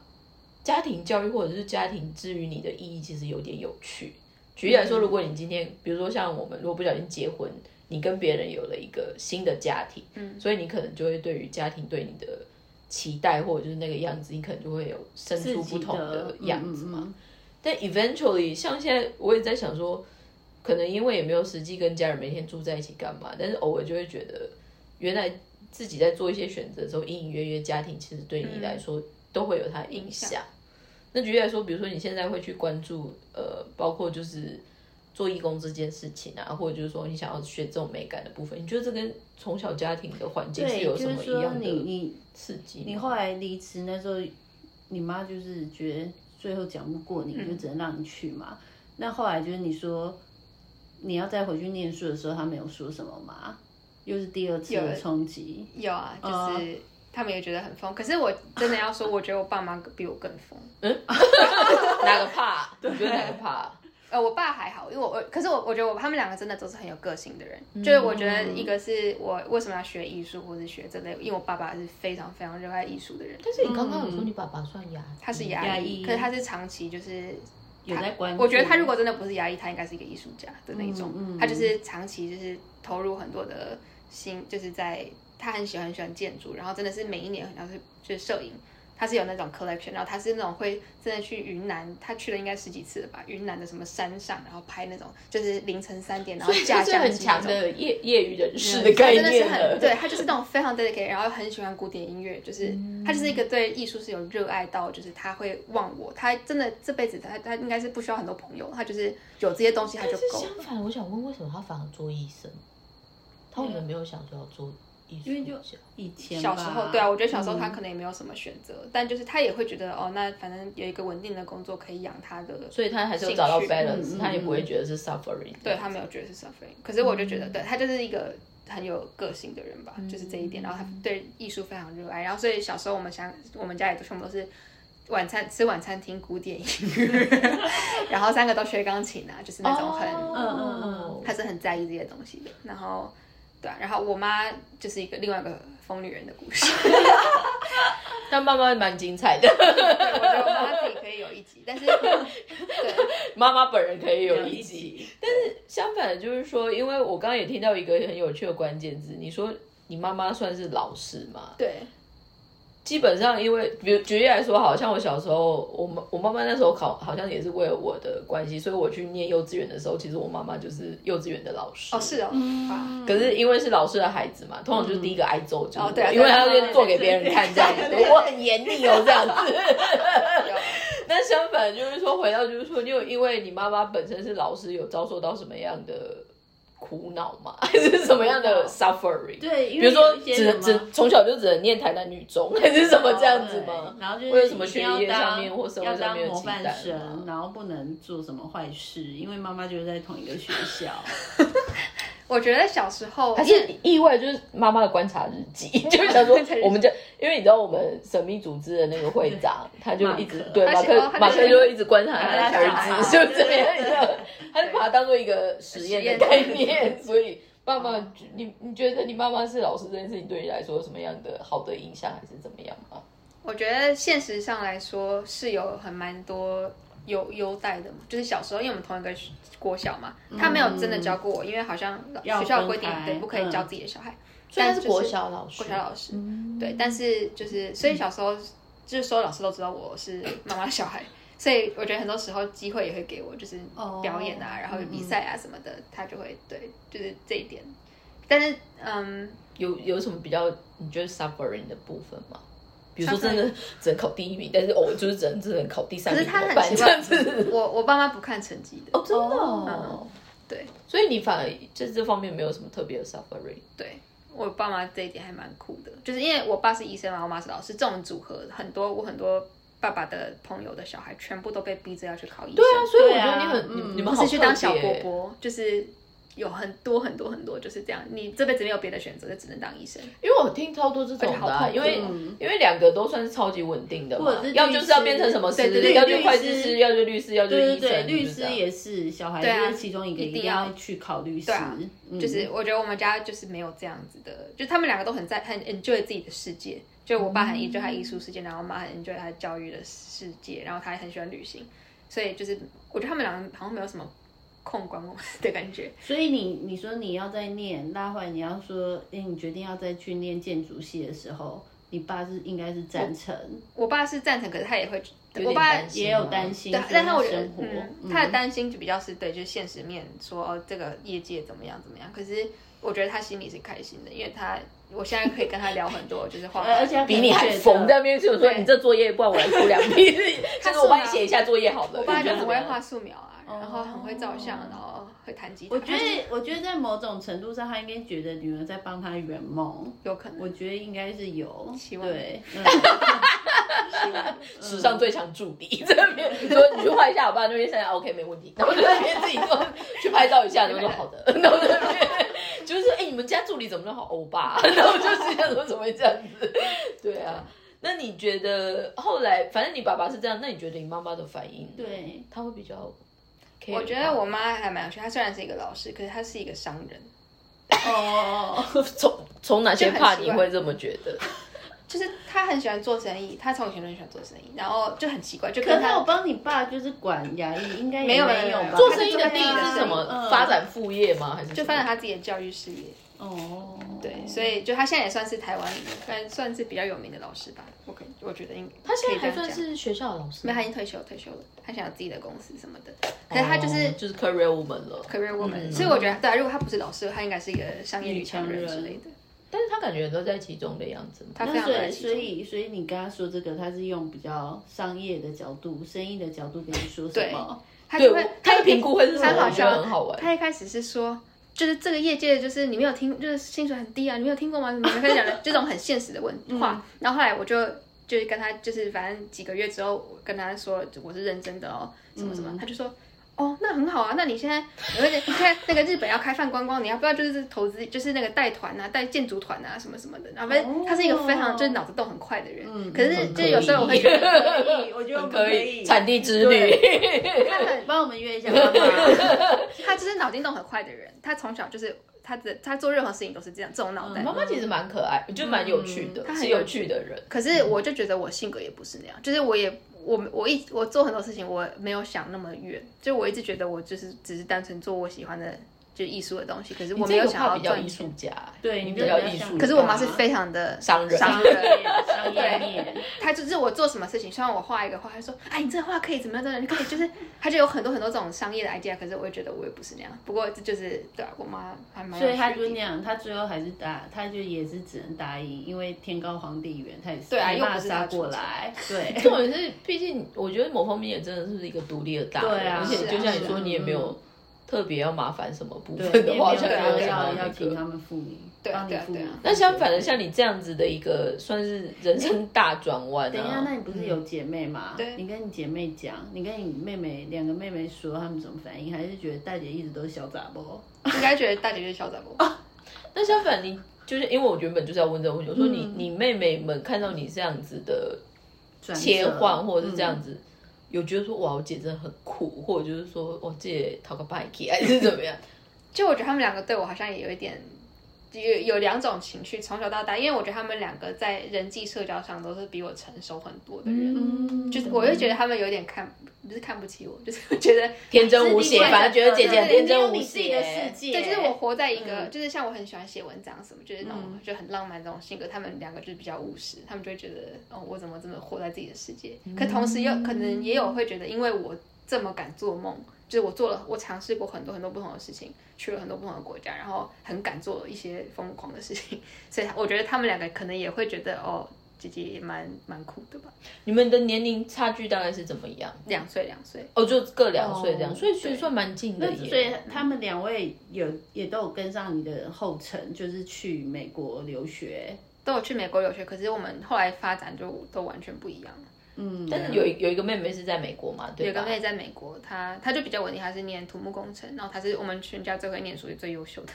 家庭教育或者是家庭之于你的意义，其实有点有趣。举例来说，如果你今天，比如说像我们，如果不小心结婚，你跟别人有了一个新的家庭，嗯，所以你可能就会对于家庭对你的期待，或者就是那个样子，你可能就会有生出不同的嗯样子嘛。嘛，但 eventually，像现在我也在想说，可能因为也没有实际跟家人每天住在一起干嘛，但是偶尔就会觉得，原来自己在做一些选择的时候，隐隐约约家庭其实对你来说、都会有它的影影响。那举例来说，比如说你现在会去关注，呃，包括就是做义工这件事情啊，或者就是说你想要学这种美感的部分，你觉得这跟从小家庭的环境是对，有什就是么一说样你的你刺激吗？你后来离职那时候，你妈就是觉得最后讲不过你，嗯就只能让你去嘛。那后来就是你说你要再回去念书的时候，她没有说什么嘛，又是第二次的冲击。有 *laughs* 啊，就是他们也觉得很疯。可是我真的要说，我觉得我爸妈比我更疯。哪个 *laughs* 怕？你觉得哪个怕？呃，我爸还好，因为我我，可是我我觉得我他们两个真的都是很有个性的人。嗯就是我觉得一个是我为什么要学艺术，或是学这类，因为我爸爸是非常非常热爱艺术的人，但是你刚刚有说你爸爸算牙，他是压牙抑医，可是他是长期就是有在关注，我觉得他如果真的不是牙医，他应该是一个艺术家的那一种。嗯嗯他就是长期就是投入很多的心，就是在他很喜欢很喜欢建筑，然后真的是每一年好像是就是摄影，他是有那种 collection，然后他是那种会真的去云南，他去了应该十几次了吧，云南的什么山上，然后拍那种就是凌晨三点，然后 *laughs* 所以架这是相很机那强种。的业业余人士嗯的他概真的是念很了。对他就是那种非常 dedicate，然后很喜欢古典音乐，就是、嗯他就是一个对艺术是有热爱到，就是他会忘我，他真的这辈子他他应该是不需要很多朋友，他就是有这些东西他但就是够。相反，我想问，为什么他反而做医生？他为什么没有想说要做艺术家？因为就以前嗯小时候，对啊，我觉得嗯小时候他能。可能也没有什么选择，但就是他也会觉得哦，那反正有一个稳定的工作可以养他的，所以他还是有找到兴趣 balance，、嗯嗯他也不会觉得是 suffering。对他没有觉得是 suffering。可是我就觉得，对嗯他就是一个很有个性的人吧，就是这一点。然后他对艺术非常热爱，然后所以小时候我们想，我们家也都全部都是晚餐吃晚餐听古典音乐， *laughs* 然后三个都学钢琴啊，就是那种很、嗯哦他是很在意这些东西的。然后对、啊，然后我妈就是一个另外一个疯女人的故事。 *laughs* 但爸妈蛮精彩的，对，我觉得我妈自己可以有一集，但 *laughs* 是对，妈妈本人可以有有一集一集。但是相反的就是说，因为我刚刚也听到一个很有趣的关键字，你说你妈妈算是老师嘛？对，基本上，因为比如举例来说，好像我小时候，我妈我妈妈那时候考，好像也是为了我的关系，所以我去念幼稚园的时候，其实我妈妈就是幼稚园的老师。哦是嗯哦，嗯哇可是因为是老师的孩子嘛，通常就是第一个挨揍，就是我、哦对啊因为他对啊就做给别人看这样子哦对对啊对，对我很严厉哦这样 *laughs* 子。有啊那相反就是说，回到就是说，你有因为你妈妈本身是老师，有遭受到什么样的苦恼吗？还是什么样哦的啊 suffering？对，因比为如说有一些只人嘛只从小就只能念台南女中， *laughs* 还是什么这样子吗哦对？然后就是会有什么一学定要业上当面或社会要上当面的模期范待吗生，啊然后不能做什么坏事，因为妈妈就是在同一个学校。 *laughs* 我觉得小时候还是意外，就是妈妈的观察日记， *laughs* 就是想 *laughs* 说我们就，因为你知道我们神秘组织的那个会长，他就一直马克对他马是克哦他马就是克就会一直观察他他的的小儿孩子，就这样一个，他就把它当做一个实验的实概验念， *laughs* 所以。爸哦妈，你你觉得你妈妈是老师这件事情对你来说有什么样的好的影响，还是怎么样吗？我觉得现实上来说是有很蛮多优优待的嘛，就是小时候，因为我们同一个学国小嘛，他没有真的教过我，因为好像老要学校有分规定开对不可以教嗯自己的小孩，虽然但是就是国小老师，国小老师，对，但是就是所以小时候就是所有老师都知道我是妈妈的小孩，所以我觉得很多时候机会也会给我，就是哦表演啊，然后嗯比嗯赛啊什么的，他就会对，就是这一点。但是嗯，有有什么比较你觉得 suffering 的部分吗？比如说真的只能考第一名，但是哦，就是只能只能考第三可名，是他怎么很办奇这样子怪，我我爸妈不看成绩的，哦，真的、哦对，所以你反而在这方面没有什么特别的 suffering。对我爸妈这一点还蛮酷的，就是因为我爸是医生嘛，我妈是老师，这种组合很多，我很多爸爸的朋友的小孩全部都被逼着要去考医生，对啊，所以我对觉啊得你很、你嗯你们不好是去当小特波别欸波，就是有很多很多很多就是这样，你这辈子没有别的选择，就只能当医生。因为我听超多这种而且的好啊、痛苦因为、嗯因为两个都算是超级稳定的嘛或者是，律师要就是要变成什么师，对对对要就律会计师师，要就律师，要就对医生，对对，律就是这师样也是，小孩对啊就是其中一个一定定要要去考律师对啊，嗯就是我觉得我们家就是没有这样子的，就他们两个都很在很 enjoy 自己的世界。就我嗯爸很 enjoy 他艺术世界，然后我妈很 enjoy 他教育的世界，然后他也很喜欢旅行，所以就是我觉得他们两个好像没有什么控管我们的感觉。所以你你说你要再念拉回来，你要说，哎、你决定要再去念建筑系的时候，你爸是应该是赞成，我爸是赞成，可是他也会，有我点爸担心也有担心对啊说，但他我觉得生，活，嗯，他的担心就比较是对，就是现实面说哦，这个业界怎么样怎么样。可是我觉得他心里是开心的，因为他我现在可以跟他聊很多，就是画画，呃而而且他比你还疯，在那边就说对你这作业，不然我来出两批，就是我帮你是吗写一下作业好了。我爸你就觉得很怎么会样画素描啊，然后很会照相，然后会弹吉他。哦我觉得，我觉得在某种程度上，他应该觉得女儿在帮他圆梦。有可能，我觉得应该是有，希望 *laughs* 对，嗯史上最强助理 *laughs* 这边，说你去画一下，我爸那边现在 OK 没问题，然后就在那边自己做，去拍照一下，然后说好的， *laughs* 然后在那边就是哎、你们家助理怎么那么欧巴？ *laughs* 然后就是想说怎么会这样子？对啊，那你觉得后来，反正你爸爸是这样，那你觉得你妈妈的反应？，对，他会比较 care 吗，我觉得我妈还蛮有趣，她虽然是一个老师，可是她是一个商人， *laughs* 哦， *laughs* 从从哪些就很怕奇你怪会这么觉得？就是她很喜欢做生意，她从以前就很喜欢做生意，然后就很奇怪，就可跟是她我帮你爸就是管牙医，应该也没有没没有吧？做他生意的定义是什么？嗯发展副业吗？还是就发展他她自己的教育事业。哦，对，所以就他现在也算是台湾，算算是比较有名的老师吧。我可以我觉得应他现在还可以这样算讲是学校的老师没有，吗，他已经退休退休了，他想有自己的公司什么的。可是他就是哦就是 career woman 了， career woman，、所以我觉得对啊，如果他不是老师，他应该是一个商业女强人之类的。但是他感觉都在其中的样子嘛。他非那常所乐以，其所中。以，所以你跟他说这个，他是用比较商业的角度、生意的角度跟你说什么？他对就我会，他的评估会是什他么？好我觉得像很好玩。他一开始是说。就是这个业界，就是你没有听，就是薪水很低啊，你没有听过吗？你们开始讲的这种很现实的文嗯化。然后后来我就就是跟他，就是反正几个月之后，我跟他说我是认真的哦，什么什么，嗯他就说哦，那很好啊，那你现在有一个你看那个日本要开放观光，你要不要就是投资，就是那个带团啊，带建筑团啊什么什么的。然后反正他是一个非常就是脑子动很快的人，可是哦嗯很就可有时候以我会觉得可以，我觉得我们可以，以。产地之旅，他很帮我们约一 *laughs* 下妈妈。他就是脑筋动很快的人，他从小就是他的他做任何事情都是这样这种脑袋。 *laughs* 嗯妈妈其实蛮可爱，就蛮有趣的，她很是有有趣的人。可是我就觉得我性格也不是那样，就是我也我我一我做很多事情我没有想那么远，就我一直觉得我就是只是单纯做我喜欢的就艺术的东西，可是我没有这个想怕要比较赚艺钱术。家，对你你比这较比较艺术家。像可是我妈是非常的商人商商人。业，商业面，她就是我做什么事情，虽然我画一个画，她说：“哎，你这画可以怎么样？怎么样？你可以就是，她就有很多很多这种商业的 idea。”可是我也觉得我也不是那样。不过这就是对啊，我妈还蛮有所以他趣的就那样，他最后还是答，他就也是只能答应，因为天高皇帝远，他也是对啊没又办不法是他杀出过钱来，*laughs* 对。重点是，毕竟我觉得某方面也真的是一个独立的大人，对啊而且就像你是啊说，你也没是啊有特别要麻烦什么部对，分你也的没话，有像说对刚啊对啊刚讲的要那要请个。他们付你，对啊帮你对啊付对啊你。那相反的，像你这样子的一个算是人生大转弯等一下，那啊，你不是有姐妹吗？对你跟你姐妹讲，你跟你妹妹两个妹妹说，她们怎么反应？还是觉得大姐一直都是小杂包？应该觉得大姐就是小杂包。那相反你就是因为我原本就是要问这个问题，我说你嗯你妹妹们看到你这样子的转折切嗯换或者是这样子，有觉得说哇我姐真的很酷，或者就是哦说哇姐讨个 bike 还是怎么样？就我觉得他们两个对我好像也有一点有有两种情绪，从小到大，因为我觉得他们两个在人际社交上都是比我成熟很多的人，嗯就是我就觉得他们有点看，不是看不起我，就是我觉得天真无邪，是另外一个反正觉得姐姐很天真无你自己的邪世。界，对，就是我活在一个，嗯就是像我很喜欢写文章什么，就是那种、嗯就很浪漫这种性格，他们两个就是比较务实，他们就会觉得哦，我怎么这么活在自己的世界？嗯可同时又可能也有会觉得，因为我这么敢做梦，就是我做了，我尝试过很多很多不同的事情，去了很多不同的国家，然后很敢做一些疯狂的事情，所以我觉得他们两个可能也会觉得哦，姐姐也蛮蛮酷的吧，你们的年龄差距大概是怎么样？两岁两岁，哦，就各两岁这样，哦所以其实算蛮近的耶。所以他们两位有也都有跟上你的后尘，就是去美国留学。都有去美国留学，可是我们后来发展就都完全不一样了。嗯，但是有一有一个妹妹是在美国嘛，对啊有个吧？妹在美国，她她就比较稳定，她是念土木工程，然后她是我们全家最会念书、也最优秀的，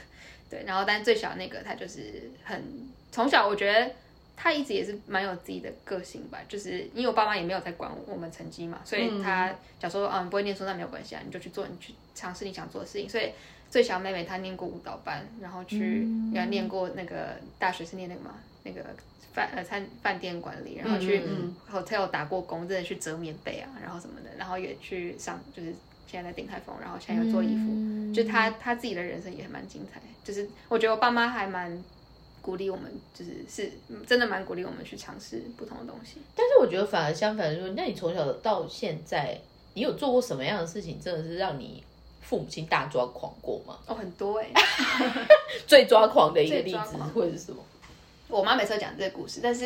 对。然后但最小那个她就是很从小，我觉得她一直也是蛮有自己的个性吧，就是因为我爸妈也没有在管我们成绩嘛，所以她假如说啊你不会念书那没有关系啊，你就去做，你去尝试你想做的事情。所以最小妹妹她念过舞蹈班，然后去嗯然后念过那个大学是念那个嘛那个饭呃餐饭店管理，然后去嗯嗯 hotel 打过工，真的去折棉被啊，然后什么的，然后也去上就是现在在鼎泰丰，然后现在又做衣服，就她她自己的人生也蛮精彩，就是我觉得我爸妈还蛮。鼓励我们就是是嗯真的蛮鼓励我们去尝试不同的东西。但是我觉得反而相反，就是那你从小到现在，你有做过什么样的事情，真的是让你父母亲大抓狂过吗？哦，很多哎、最抓狂的一个最例抓子狂会是什么？ *laughs* 我妈每次都讲这个故事，但是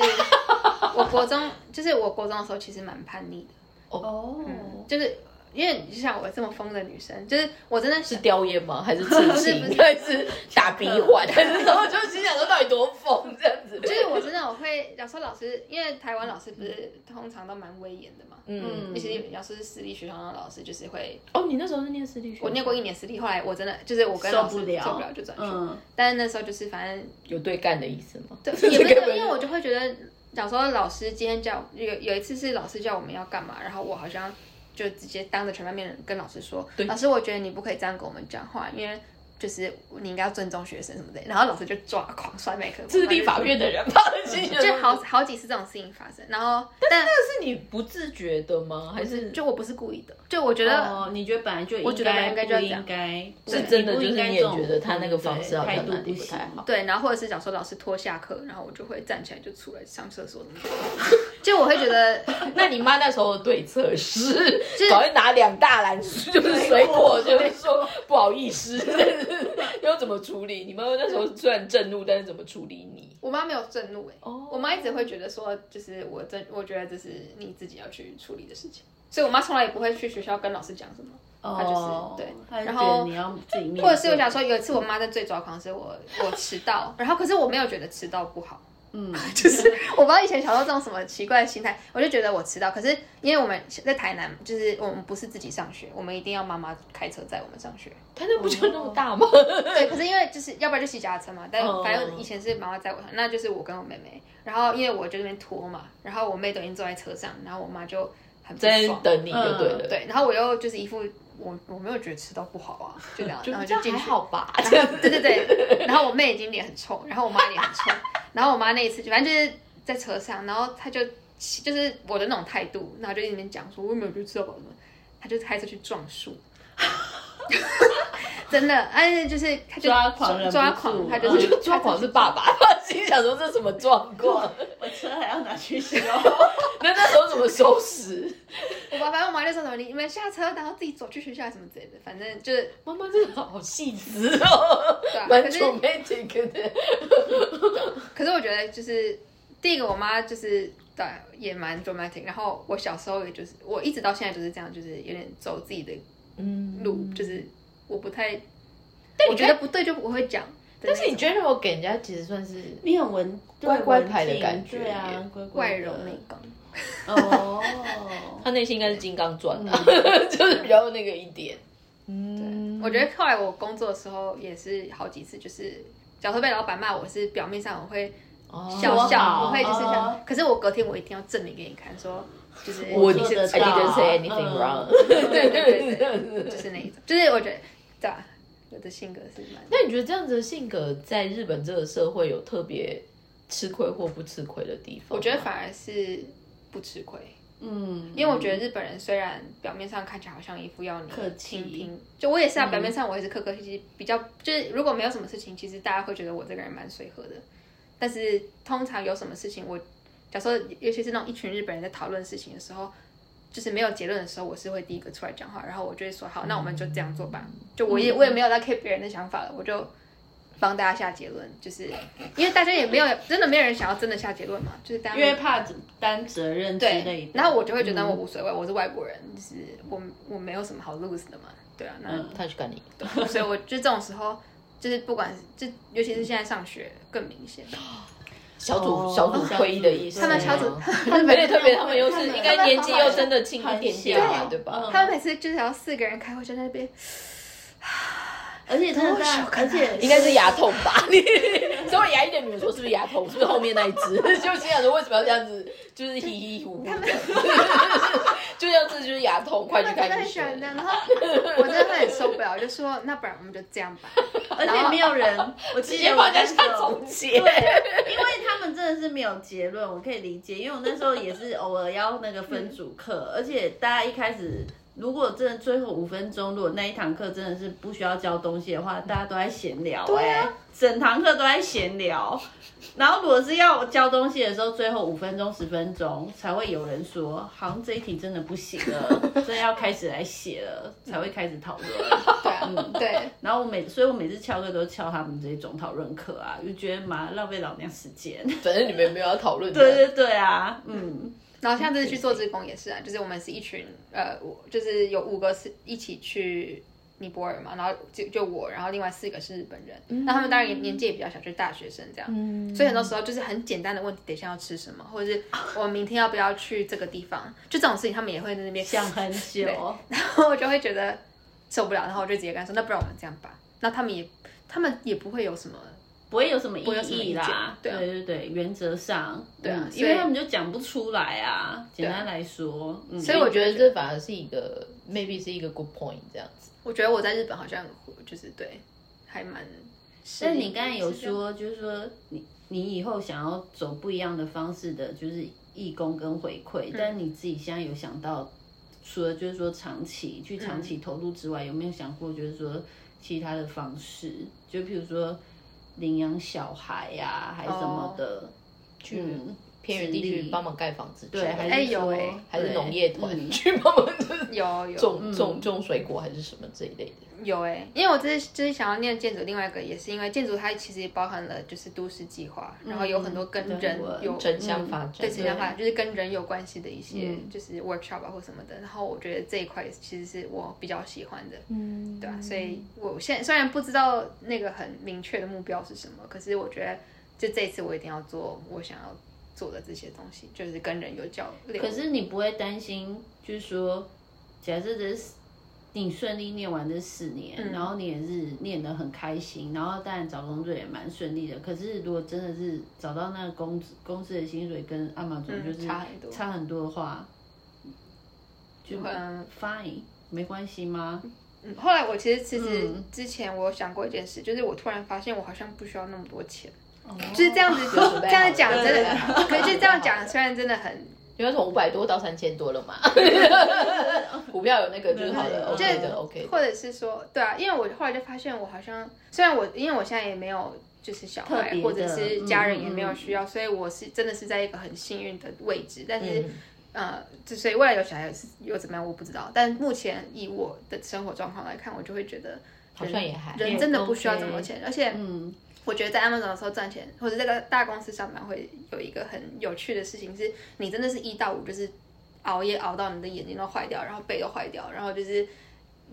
我国中就是我国中的时候其实蛮叛逆的，哦，嗯就是因为你就像我这么疯的女生，就是我真的是是叼烟吗？ *laughs* 还是刺不是不青？是还是打鼻 *laughs* 环？还是什么？就心想说到底多疯这样子？就是我真的我会有时候老师，因为台湾老师不是通常都蛮威严的嘛，嗯，尤其是老师是私立学校的老师，就是会哦，你那时候是念私立学？我念过一年私立，后来我真的就是我跟受老师不了，受不了就转学，嗯，但是那时候就是反正有对干的意思吗？ *laughs* 对，也不是这个因为我就会觉得，小时候老师今天叫有有一次是老师叫我们要干嘛，然后我好像就直接当着全班面人跟老师说，对老师我觉得你不可以这样跟我们讲话，因为就是你应该要尊重学生什么的，然后老师就抓狂摔麦克风，这是立法院的 *laughs* 人吧？就好好几次这种事情发生，然后但那是你不自觉的吗？还是就我不是故意的，就我觉得。哦，你觉得本来就我应觉得该应该就不要这样应该，是对真的你不就是应该你也这种觉得他那个方式好像对态度哪里不不行太好对，然后或者是假如说老师拖下课，然后我就会站起来就出来上厕所什么的， *laughs* 就我会觉得 *laughs* 那你妈那时候的对策是，就是赶快拿两大篮子就是水果，就是说不好意思，要怎么处理？你妈妈那时候虽然震怒，但是怎么处理你？我妈没有震怒哎、哦我妈一直会觉得说，就是我真，我觉得这是你自己要去处理的事情，所以我妈从来也不会去学校跟老师讲什么，她就是、哦，对。她就然觉得后你要自己面对，或者是我想说，有一次我妈在最抓狂，是我我迟到，然后可是我没有觉得迟到不好，嗯，就是 *laughs* 我不知道以前小时候这种什么奇怪的心态，我就觉得我迟到。可是因为我们在台南，就是我们不是自己上学，我们一定要妈妈开车载我们上学。 *laughs* 她那不就那么大吗？对，可是因为就是要不然就骑脚踏车嘛，但哦反正以前是妈妈载我上，那就是我跟我妹妹，然后因为我就那边拖嘛，然后我妹都已经坐在车上，然后我妈就很不在爽， *laughs* 等你就对了，，对，然后我又就是一副我我没有觉得吃到不好啊，就这 *laughs* 样，然后就这进样还去，好吧？然 *laughs* 后对对对，然后我妹已经脸很臭，然后我妈脸很臭， *laughs* 然后我妈那一次就反正就是在车上，然后她就骑就是我的那种态度，然后就一直在那边讲说我也没有觉得吃到饱什么，她就开车去撞树。 *laughs* 真的，哎，就是她就抓狂忍不抓住狂，她就啊我是觉得抓狂是爸爸，他心想说这什么状况？ *laughs* 我车还要拿去修，那那时候怎么收拾？我爸，反正我妈就说什么你们下车，然后自己走去学校什么之类的，反正就是妈妈真的好细致哦，对、啊， *laughs* 蛮可是 dramatic 的。可是我觉得就是第一个，我妈就是对也蛮 dramatic，然后我小时候也就是我一直到现在就是这样，就是有点走自己的嗯路，就是我不太，我你觉得不对就我会讲的那种，但是你 general 给人家其实算是你很文乖乖文牌的静感觉对耶啊，乖乖外的柔内刚，哦。他内心应该是金刚钻、啊，就是比较那个一点。嗯，我觉得后来我工作的时候也是好几次，就是假如说被老板骂，我是表面上我会哦笑说笑，好我会就是这样哦，可是我隔天我一定要证明给你看，说就是我你哦你做是 I 得到嗯 didn't say anything *laughs* 嗯 wrong，对对对对，就是那一种，就是我觉得对啊，我的性格是蛮……那你觉得这样子的性格在日本这个社会有特别吃亏或不吃亏的地方吗？我觉得反而是不吃亏，嗯，因为我觉得日本人虽然表面上看起来好像一副要你客气倾听，就我也是啊，表面上我也是客客气气，比较就是如果没有什么事情，其实大家会觉得我这个人蛮随和的。但是通常有什么事情，我假设尤其是那种一群日本人在讨论事情的时候，就是没有结论的时候，我是会第一个出来讲话，然后我就会说好，那我们就这样做吧。嗯就我也我也没有在 care 别人的想法了，我就帮大家下结论，就是因为大家也没有真的没有人想要真的下结论嘛，就是大家因为怕担责任之类对的。，然后我就会觉得嗯我无所谓，我是外国人，就是我我没有什么好 lose 的嘛，对啊，那、他去干你。对 *laughs* 所以我就这种时候，就是不管就尤其是现在上学更明显，啊小组、哦小组会议的意思，他们小 *laughs* 组对啊他们而且特别他们又他是们应该年纪又真的轻一点点嘛，很小对吧？ *laughs* 嗯他们每次就是要四个人开会就在那边，而且真的在，而且应该是牙痛吧？ *laughs* 你所以牙一点没有说是不是牙痛，是不是后面那一只？ *laughs* 就心想说为什么要这样子，就是稀稀糊糊的，就这样子就是牙痛，快他去们真的看医很喜欢生这。样，然后我真的很受不了，我就说那不然我们就这样吧，而且没有人，我直直接把人家总结，因为他们真的是没有结论，我可以理解，因为我那时候也是偶尔要那个分组课， *laughs* 而且大家一开始如果真的最后五分钟，如果那一堂课真的是不需要教东西的话，大家都在闲聊、对啊哎整堂课都在闲聊。 *laughs* 然后如果是要教东西的时候，最后五分钟、十分钟才会有人说，好像这一题真的不行了，真的要开始来写了，才会开始讨论。 *laughs* 对啊，嗯对。然后我每，所以我每次翘课都翘他们这种讨论课啊，就觉得妈浪费老娘时间。反正你们也没有要讨论。对对对啊，嗯，然后像这次去做志工也是啊，就是我们是一群呃，我就是有五个是一起去尼泊尔嘛，然后就就我，然后另外四个是日本人，嗯那他们当然也年纪也比较小，就是大学生这样，嗯所以很多时候就是很简单的问题，等一下要吃什么，或者是啊我明天要不要去这个地方，就这种事情他们也会在那边想很久，然后 *laughs* 我就会觉得受不了，然后我就直接跟他说，那不然我们这样吧，那他们也他们也不会有什么。不会有什么异会有什么意议见啦。对啊对对对，原则上，对啊所以因为他们就讲不出来啊。简单来说，嗯，所以我觉得这反而是一个 maybe 是一个 good point 这样子。我觉得我在日本好像就是对，还蛮。但你刚才有说，就是说你你以后想要走不一样的方式的，就是义工跟回馈。嗯但你自己现在有想到，除了就是说长期去长期投入之外，有没有想过就是说其他的方式？就譬如说领养小孩呀、还是什哦么的，去嗯、偏远地区帮忙盖房子之类的，还对哎是有说哎还是对农业团嗯去帮忙就是有有种种种水果还是什么这一类的。有哎、因为我之前就是想要念建筑，另外一个也是因为建筑它其实也包含了就是都市计划，然后有很多跟人对有城乡发展，嗯对城乡发展，就是跟人有关系的一些嗯就是 workshop 啊或什么的。然后我觉得这一块其实是我比较喜欢的，嗯，对啊，所以我现在虽然不知道那个很明确的目标是什么，可是我觉得就这一次我一定要做我想要做的这些东西，就是跟人有交流。可是你不会担心，就是说，假设这是你顺利念完这四年，嗯然后你也是念得很开心，然后当然找工作也蛮顺利的。可是如果真的是找到那个公司公司的薪水跟阿玛总就是嗯差很多差很多的话，就嗯 fine 没关系吗？嗯后来我其实其实嗯之前我有想过一件事，就是我突然发现我好像不需要那么多钱。嗯就是这样子，哦准备这样讲好了真对的对，可是就这样讲，虽然真的很，因为从五百多到三千多了 *laughs* 嘛，股票有那个就是好的对，OK 的，OK 或的。者是说，对啊，因为我后来就发现我好像，虽然我因为我现在也没有就是小特孩别的或者是家人嗯也没有需要，所以我是真的是在一个很幸运的位置，但是。嗯呃，就所以未来有小孩是又怎么样，我不知道。但目前以我的生活状况来看，我就会觉得好像也还人也真的不 OK 需要这么多钱，而且嗯，我觉得在 Amazon 的时候赚钱，或者在个大公司上班，会有一个很有趣的事情是，你真的是一到五就是熬夜熬到你的眼睛都坏掉，然后背都坏掉，然后就是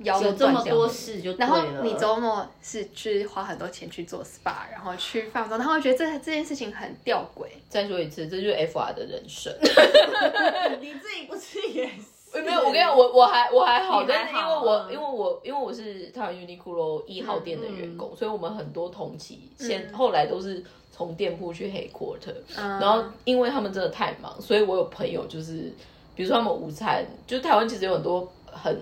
腰都有这断么掉多。事就对然后了。你周末是去花很多钱去做 SPA，然后去放松，然后我觉得这这件事情很吊诡。再说一次，这就是 FR 的人生。 *laughs* 你自己不是也是？没有，我跟你讲，我我还我还好，你但还是因为好我嗯因为我因为我是台湾 Uniqlo 一号店的员工，所以我们很多同期嗯先后来都是从店铺去 headquarter，、然嗯后因为他们真的太忙，所以我有朋友就是，比如说他们午餐，就是台湾其实有很多很。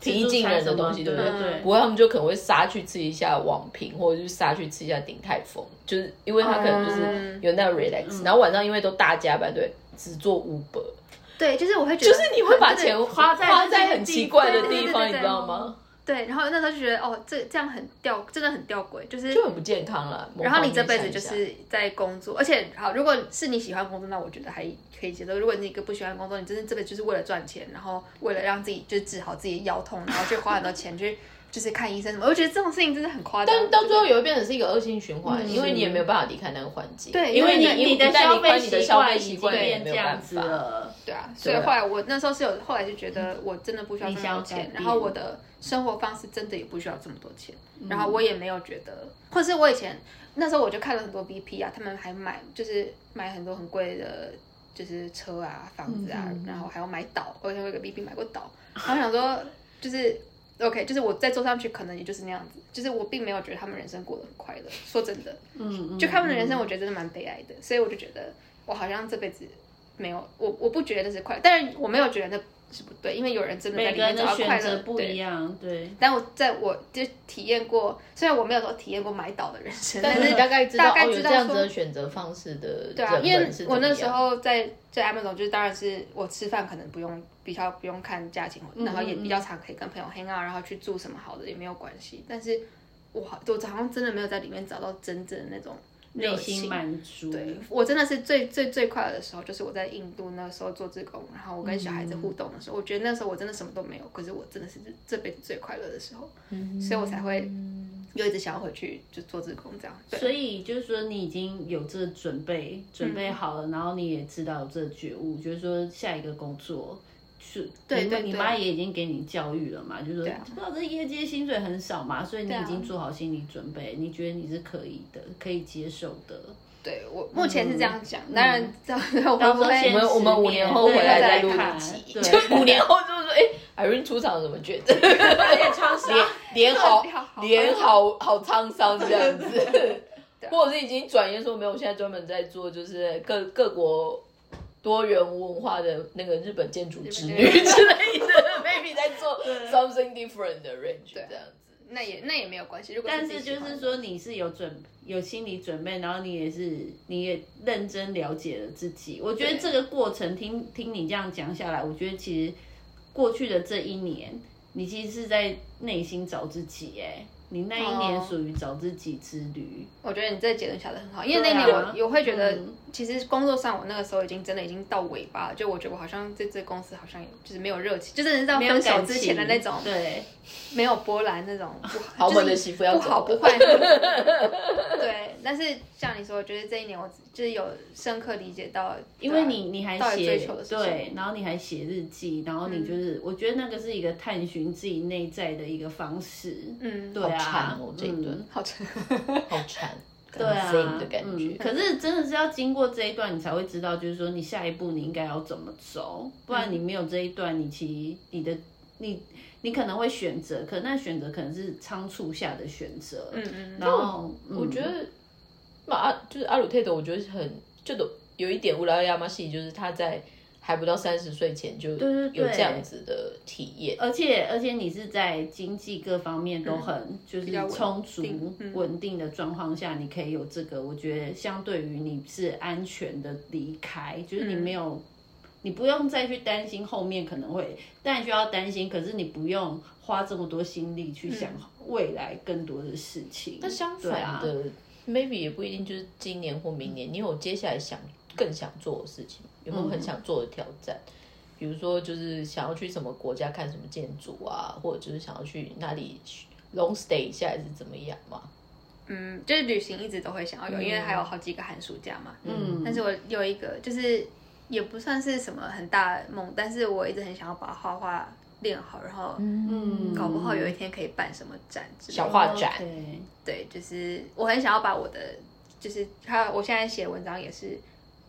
平易近人的东西，对对不对？对，不过他们就可能会杀去吃一下网评，或者是杀去吃一下鼎泰丰，就是因为他可能就是嗯有那个 relax，、然后晚上因为都大加班，对，只做 Uber，对，就是我会觉就得，是你会把对钱花在花这些在很地奇怪的对对地对方，对你对知道吗？对，然后那时候就觉得哦，这这样很吊，真的很吊诡，就是就很不健康了。某然后方你这面辈想子一就下是在工作，而且好，如果是你喜欢工作，那我觉得还可以接受。如果你一个不喜欢工作，你真的这辈子就是为了赚钱，然后为了让自己就是治好自己的腰痛，然后去花很多钱去就是看医生什么，我觉得这种事情真的很夸张。但到最后也会变成是一个恶性循环，因为你也没有办法离开那个环境。对因为因你为因为你的一旦消离开费你的习消费惯习已经惯也变没这有办样子法。了。对啊，所以对啊嗯后来我那时候是有，后来就觉得我真的不需要这你么想要多改钱，变然后我的生活方式真的也不需要这么多钱，嗯然后我也没有觉得，或是我以前那时候我就看了很多 VP 啊，他们还买就是买很多很贵的，就是车啊、房子啊，嗯嗯嗯然后还要买岛，我以前有一个 VP 买过岛，然后想说就是 OK，就是我再坐上去可能也就是那样子，就是我并没有觉得他们人生过得很快乐，说真的，嗯，就他们的人嗯生，我觉得真的蛮悲哀的，所以我就觉得我好像这辈子没有，我我不觉得是快乐，但是我没有觉得那是不对，因为有人真的在每里个人面找的到快选乐择不一。样，对。对但我在我就体验过，虽然我没有说体验过买岛的人生，但但是是你大概知道大概哦，有知道这样子说的选择方式的对啊，人因为们是怎我么那样时候在在 Amazon 就是当然是我吃饭可能不用比较不用看价钱，嗯然后也比较常可以跟朋友 hang out，然后去住什么好的也没有关系。但是我好我好像真的没有在里面找到真正的那种内热心情满足，对我真的是最最最快乐的时候，就是我在印度那时候做志工，然后我跟小孩子互动的时候，我觉得那时候我真的什么都没有，可是我真的是这辈子最快乐的时候，嗯所以我才会又一直想要回去就做志工这样。对，所以就是说你已经有这个准备，准嗯备好了，然后你也知道有这个觉悟，就是说下一个工作。是，对你对你对妈也已经给你教育了嘛，就是说，对啊不知道这业界薪水很少嘛，所以你对啊已经做好心理准备，你觉得你是可以的，可以接受的。对我目前是这样想，嗯当然到时候会到时不候我先会们我们五年后回来再录一集，对就五年后就是说，哎、i Irene 出场怎么觉得？有点创伤，脸好脸好脸好好沧桑这样子，或者是已经转业说没有，我现在专门在做就是各各国多元文化的那个日本建筑之旅日本 *laughs* 之类的 *laughs* ，maybe 在做 something different 的 range 这样子。那也那也没有关系，如果但自是己喜就欢是的说你是有准有心理准备，然后你也是你也认真了解了自己。我觉得对这个过程听听你这样讲下来，我觉得其实过去的这一年，你其实是在内心找自己、哎，你那一年哦属于找自己之旅。我觉得你这个结论下的很好，因为对那啊年我、我会觉得嗯，其实工作上我那个时候已经真的已经到尾巴了，就我觉得我好像对这公司好像也就是没有热情，就真的是到没有分手感之情前的那种，对，没有波澜那种不 *laughs* 豪好门的媳妇要不走好了不坏。对，但是像你说，我觉得这一年我就是有深刻理解到，因为对啊你你还到底写追求的是什么嗯对，然后你还写日记，然后你就是，我觉得那个是一个探寻自己内在的一个方式。嗯对啊，好惨哦这一顿嗯好沉，好惨，对啊很 thin 的感觉嗯。。可是真的是要经过这一段，你才会知道，就是说你下一步你应该要怎么走，不然你没有这一段，你其实你的你你可能会选择，可那选择可能是仓促下的选择。嗯嗯然后我觉得，嘛，阿就是阿鲁泰德，我觉得很就都有一点乌拉亚马戏，就是他在还不到三十岁前就对对对有这样子的体验。而且而且你是在经济各方面都很、就是较稳充足定嗯稳定的状况下，你可以有这个，我觉得相对于你是安全的离开，就是你没有。你不用再去担心后面可能会，但需要担心，可是你不用花这么多心力去想未来更多的事情。啊那相反啊的、m a y b e 也不一定就是今年或明嗯年，你有接下来想更想做的事情吗，有没有很想做的挑战？比如说，就是想要去什么国家看什么建筑啊，或者就是想要去哪里 long stay 一下，还是怎么样嘛？嗯，就是旅行一直都会想嗯要有，因为还有好几个寒暑假嘛。嗯但是我有一个就是也不算是什么很大的梦，但是我一直很想要把画画练好，然后嗯搞不好有一天可以办什么展之类的。小画展对，对，就是我很想要把我的，就是他，我现在写文章也是，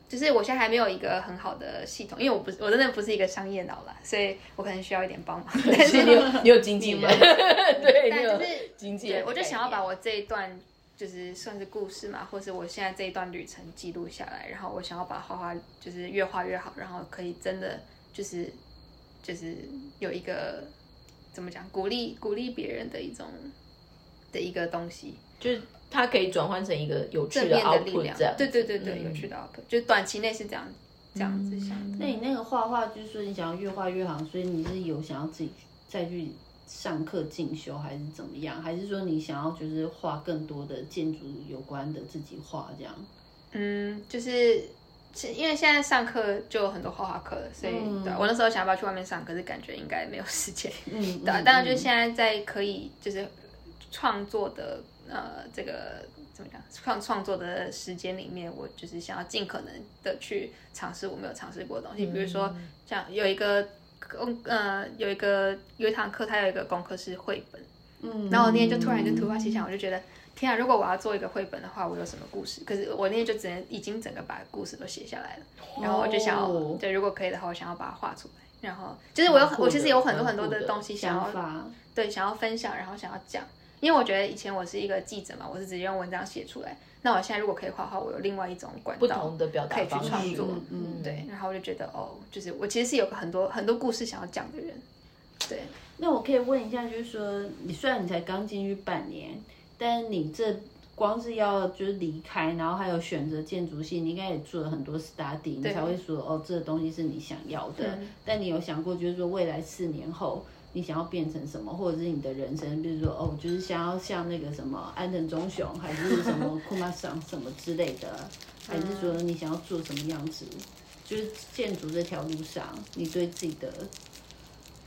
就是我现在还没有一个很好的系统，因为我不是我真的不是一个商业脑啦，所以我可能需要一点 *laughs* 帮忙。但是是你有你有经纪人， *laughs* 对，你但有就是经纪对，人，我就想要把我这一段就是算是故事嘛，或是我现在这一段旅程记录下来，然后我想要把画画就是越画越好，然后可以真的就是就是有一个怎么讲，鼓励鼓励别人的一种的一个东西，就是它可以转换成一个有趣正的面的力 output 量这样。。对对对对，嗯有趣的 output，就是短期内是这样这样子想的。那你那个画画，就是说你想要越画越好，所以你是有想要自己去再去上课进修，还是怎么样？还是说你想要就是画更多的建筑有关的自己画这样？嗯，就是是因为现在上课就有很多画画课了，所以、嗯对啊我那时候想要不要去外面上，可是感觉应该没有时 *laughs* 间。嗯，对啊，嗯当然就是嗯现在在可以就是创作的呃这个怎么讲创创作的时间里面，我就是想要尽可能的去尝试我没有尝试过的东西，比如说嗯像有一个功呃有一个有一堂课，它有一个功课是绘本，嗯，然后我那天就突然就突发奇想，我就觉得天啊，如果我要做一个绘本的话，我有什么故事？可是我那天就只能已经整个把故事都写下来了，然后我就想要，哦对，如果可以的话，我想要把它画出来。然后就是我有很，我其实有很多很多的东西想要想法，对，想要分享，然后想要讲。因为我觉得以前我是一个记者嘛，我是直接用文章写出来。那我现在如果可以画画，我有另外一种管不道同的表达可以去方式创作。嗯嗯对，然后我就觉得哦，就是我其实是有个很多很多故事想要讲的人。对，那我可以问一下，就是说，你虽然你才刚进去半年，但你这光是要就是离开，然后还有选择建筑系，你应该也做了很多 study，你才会说哦，这东西是你想要的。但你有想过，就是说未来四年后你想要变成什么，或者是你的人生，比如说哦，就是想要像那个什么安藤忠雄，还是什么库马桑什么之类的，还是说你想要做什么样子？就是建筑这条路上，你对自己的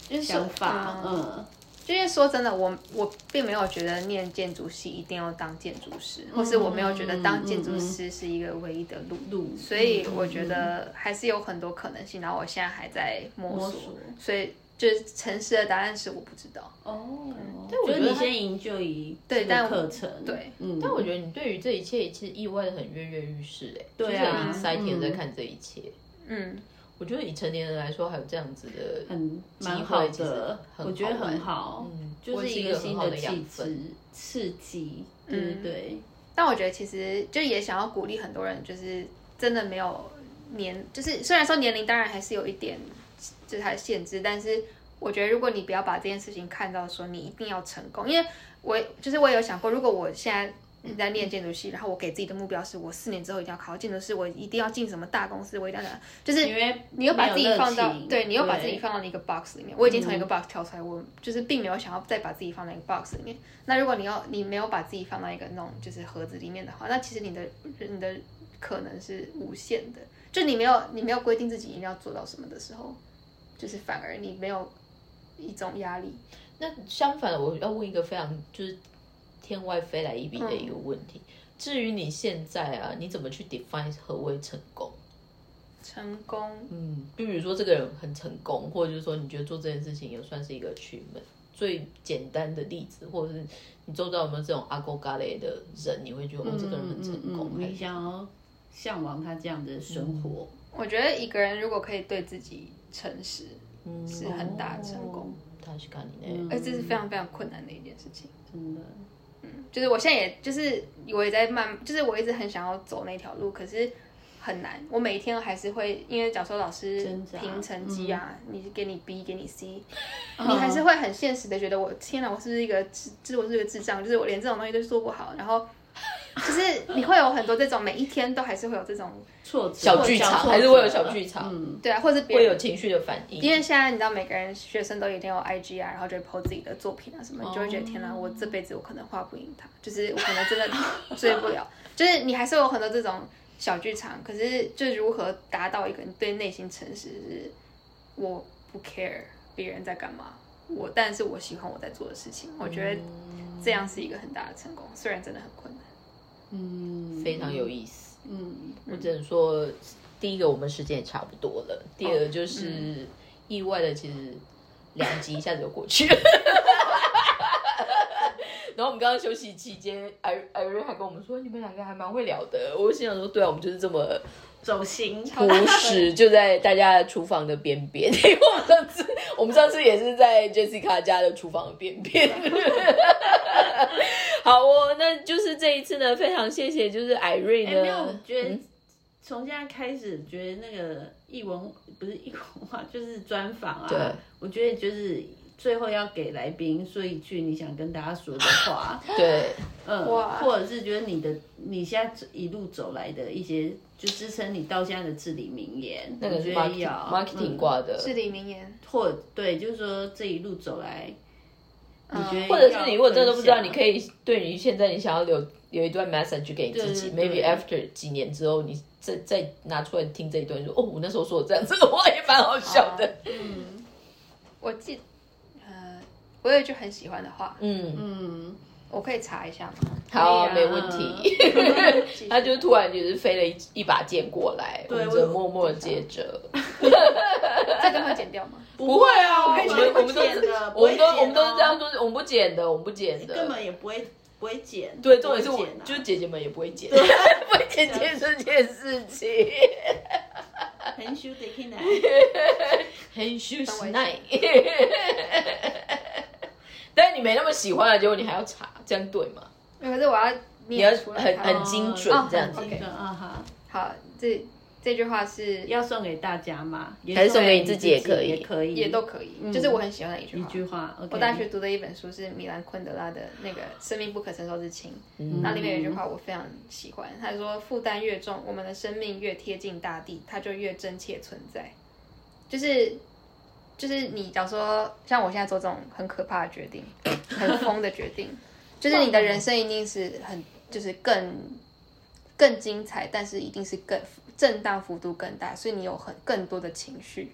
就是说想法，嗯就因为说真的，我我并没有觉得念建筑系一定要当建筑师，或是我没有觉得当建筑师是一个唯一的路，路所以我觉得还是有很多可能性。然后我现在还在摸索，摸索所以就是诚实的答案是我不知道。哦，但我觉就是得你他先营救于对这但个我课程，对，嗯，但我觉得你对于这一切其实意外的很跃跃欲试哎，对啊就是已经三天在嗯看这一切。嗯，我觉得以成年人来说，还有这样子的很蛮机好会其实的，很我觉得玩很好，嗯就我是是一个个很新好的养气质分嗯刺激，对对对，但我觉得其实就也想要鼓励很多人，就是真的没有年，就是虽然说年龄当然还是有一点就是它的限制，但是我觉得如果你不要把这件事情看到说你一定要成功，因为我就是我也有想过，如果我现在。在念建筑系，然后我给自己的目标是我四年之后一定要考到建筑师，我一定要进什么大公司，我一定要就是因为你又把自己没有热放到情对，你又把自己对放到一个 box 里面。我已经从一个 box 跳出来，我就是并没有想要再把自己放到一个 box 里面。那如果你要你没有把自己放到一个那种就是盒子里面的话，那其实你的你的可能是无限的。就你没有你没有规定自己一定要做到什么的时候，就是反而你没有一种压力。那相反，我要问一个非常就是天外飞来一笔的一个问题。嗯至于你现在啊，你怎么去 define 何为成功？成功，嗯，就比如说这个人很成功，或者是说你觉得做这件事情也算是一个 achievement。最简单的例子，或者是你周遭有没有这种阿勾嘎类的人，你会觉得哦，这个人嗯很成嗯功哎嗯嗯，，还你是想要向往他这样的生活，我觉得一个人如果可以对自己诚实，嗯是很大的成嗯功，他是看你那，而这是非常非常困难的一件事嗯情。真的，就是我现在也就是我也在慢，就是我一直很想要走那条路，可是很难。我每天还是会，因为假如说老师挣扎评成绩啊，你给你 B，给你 *laughs* C，、你还是会很现实的觉得我天哪，我是不是一个智，就是我是不是个智障，就是我连这种东西都做不好，然后。就是你会有很多这种，每一天都还是会有这种，挫折小剧场还是会有小剧，小场，挫折嗯，对啊，或者别会人有情绪的反应。因为现在你知道每个人学生都一定有 IG 啊，然后就会 po 自己的作品啊什么，你就哦会觉得天哪，我这辈子我可能画不赢他，就是我可能真的 *laughs* 追不了，就是你还是有很多这种小剧场，可是就如何达到一个你对内心诚实是，我不 care 别人在干嘛，我但是我喜欢我在做的事情，我觉得嗯这样是一个很大的成功，虽然真的很困难。嗯，非常有意思。嗯，我只能说，第一个我们时间也差不多了，第二个就是意外的，其实两集一下子就过去 *laughs* 了。然后我们刚刚休息期间，艾艾瑞还跟我们说，你们两个还蛮会聊的。我心想说，对啊，我们就是这么走心，朴实，就在大家的厨房的边边。 *laughs* 因为我们上次，我们上次也是在 Jessica 家的厨房的边边。 *laughs* 好哦，那就是这一次呢，非常谢谢，就是艾瑞哎、呢，没有，我觉得嗯从现在开始，觉得那个译文不是译文化，就是专访啊。对，我觉得就是最后要给来宾说一句你想跟大家说的话， *laughs* 对，嗯，哇或者是觉得你的你现在一路走来的一些就支撑你到现在的至理名言，那个我是觉得要 marketing marketing 嗯挂的，至理名言，或对，就是说这一路走来，你觉得或者是你如果真的都不知道，你可以以对你现在你想要留留一段 message 给你自己对对对，maybe after 几年之后，你再再拿出来听这一段，说哦，我那时候 *laughs* 说我这样，这个话也蛮好笑的。嗯我记，呃，我有一句很喜欢的话，嗯，嗯，我可以查一下吗？好啊，可以没啊问题。继续 *laughs* 他就突然就是飞了一一把剑过来，我对们我就默默地接着。这段会剪掉吗？不会啊，我不会们我们都剪是的不我会们都剪哦我们都是这样做，我们不剪的，我们不剪的，根本也不会不会剪，对，重点是不我会剪啊就是姐姐们也不会剪，不会剪接 *laughs* 这件事情。 *laughs* 很羞的进来，很羞当耻微奈。 *laughs* 但是你没那么喜欢啊的，结果你还要查，这样对吗？没有可是我要你要念出来很它。 *laughs* 很精准哦这样子很精准啊哈，好，这这句话是要送给大家嘛，也还是送给你你自己也也可以嗯也可以，也都可以，就是我很喜欢的一句一话。句话。OK 我大学读的一本书是米兰昆德拉的那个《生命不可承受之轻》，那里面有一句话我非常喜欢，他说：“负担越重，我们的生命越贴近大地，它就越真切存在。”就是就是你假如说像我现在做这种很可怕的决定，很疯的决定，就是你的人生一定是很就是更更精彩，但是一定是更震荡幅度更大，所以你有很更多的情绪。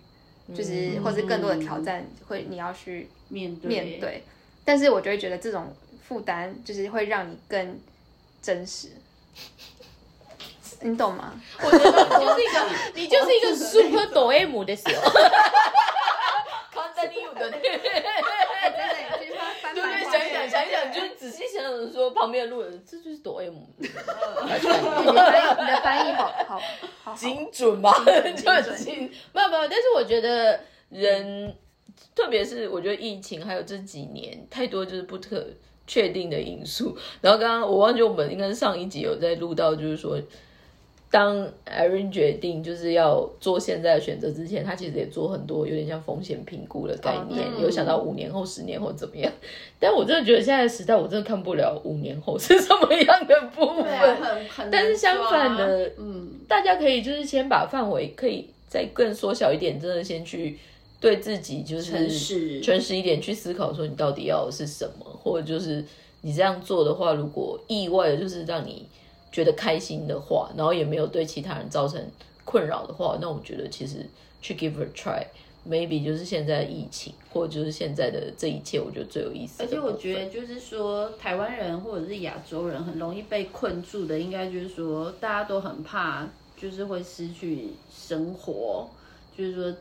就是，或是更多的挑战，会你要去面对面对。但是我就会觉得这种负担就是会让你更真实，你懂吗？我觉得你就是一个，你就是一个 super 抖 M 的时 *laughs* 候。Continue 的，哎真的，这句话翻就是白话想一想，想一想，就是仔细想想，说旁边的路人，这就是抖 M，你的翻译，你的翻译好好好好，精准吧？精 *laughs* 就准很精，没有没有，但是我觉得人，特别是我觉得疫情还有这几年，太多就是不特确定的因素。然后刚刚我忘记我们应该是上一集有在录到，就是说，当 Erin 决定就是要做现在的选择之前，他其实也做很多有点像风险评估的概念，嗯有想到五年后、十年后怎么样。但我真的觉得现在的时代，我真的看不了五年后是什么样的部分。对啊，很很难但是相反的抓嗯，大家可以就是先把范围可以再更缩小一点，真的先去对自己就是诚实诚实一点去思考，说你到底要的是什么，或者就是你这样做的话，如果意外的就是让你觉得开心的话，然后也没有对其他人造成困扰的话，那我觉得其实去 give a try。maybe 就是现在的疫情，或者就是现在的这一切，我觉得最有意思的而部分。且我觉得就是说，台湾人或者是亚洲人很容易被困住的，应该就是说，大家都很怕，就是会失去生活，就是说。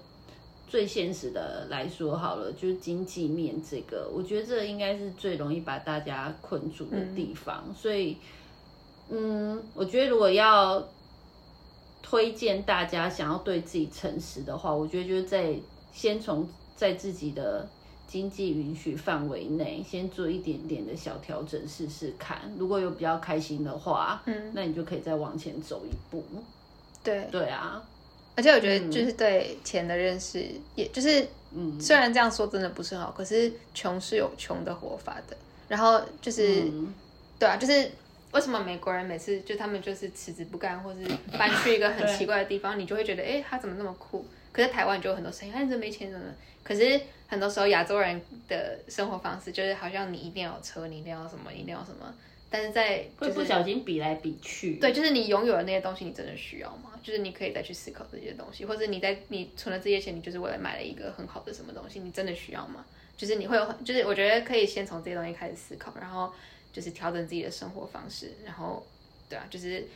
最现实的来说好了，就是经济面这个，我觉得这应该是最容易把大家困住的嗯地方。所以，嗯，我觉得如果要推荐大家想要对自己诚实的话，我觉得就是在先从在自己的经济允许范围内，先做一点点的小调整试试看。如果有比较开心的话，嗯，那你就可以再往前走一步。对。对啊，而且我觉得就是对钱的认识，也就是嗯，虽然这样说真的不是很好，可是穷是有穷的活法的。然后就是、嗯对啊，就是为什么美国人每次就他们就是辞职不干，或是搬去一个很奇怪的地方，你就会觉得，哎、他怎么那么酷？可是台湾就有很多声音，哎、你怎么没钱怎么？可是很多时候亚洲人的生活方式就是好像你一定要有车，你一定要什么，你一定要什么，但是在会就不是小心比来比去。对，就是你拥有的那些东西，你真的需要吗？就是你可以再去思考这些东西，或者你在你存了这些钱，你就是为了买了一个很好的什么东西，你真的需要吗？就是你会有很，就是我觉得可以先从这些东西开始思考，然后就是调整自己的生活方式，然后对啊，就是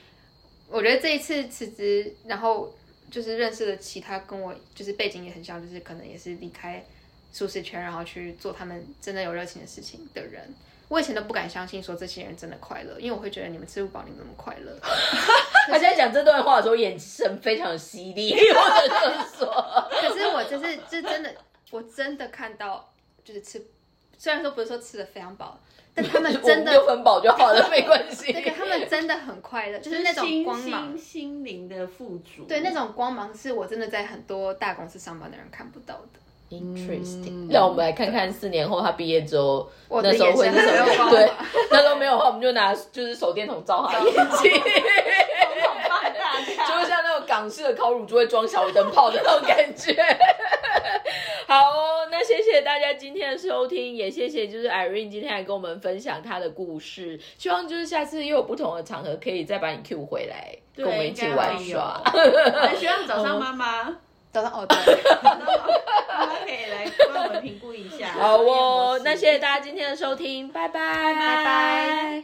我觉得这一次辞职，然后就是认识了其他跟我就是背景也很像，就是可能也是离开舒适圈，然后去做他们真的有热情的事情的人。我以前都不敢相信说这些人真的快乐，因为我会觉得你们吃不饱，你们怎么快乐？他现在讲这段话的时候，眼神非常犀利，我只能 *laughs* 说，可是我就是就是真的，我真的看到就是吃，虽然说不是说吃的非常饱，但他 *laughs* 们真我们六的，分饱就好了，没关系。对，他们真的很快乐，就是那种心光芒心，心灵的富足， *laughs* 对，那种光芒是我真的在很多大公司上班的人看不到的。嗯 Interesting，让、我们来看看四年后他毕业之后，我那的时候眼会神是什很么没有样？办 *laughs* 对法，那时候没有的话，我们就拿就是手电筒照他的眼睛，就就是像那种港式的烤乳猪会装小灯泡的那种感觉。 *laughs* 好哦，那谢谢大家今天的收听，也谢谢就是 Irene 今天来跟我们分享她的故事，希望就是下次又有不同的场合可以再把你 Q 回来，跟我们一起玩 *laughs* 耍。我需要找上妈妈，早上哦，对，妈 *laughs* 妈可以来哦帮我们评估一下。好哦，那谢谢大家今天的收听，拜拜，拜拜拜。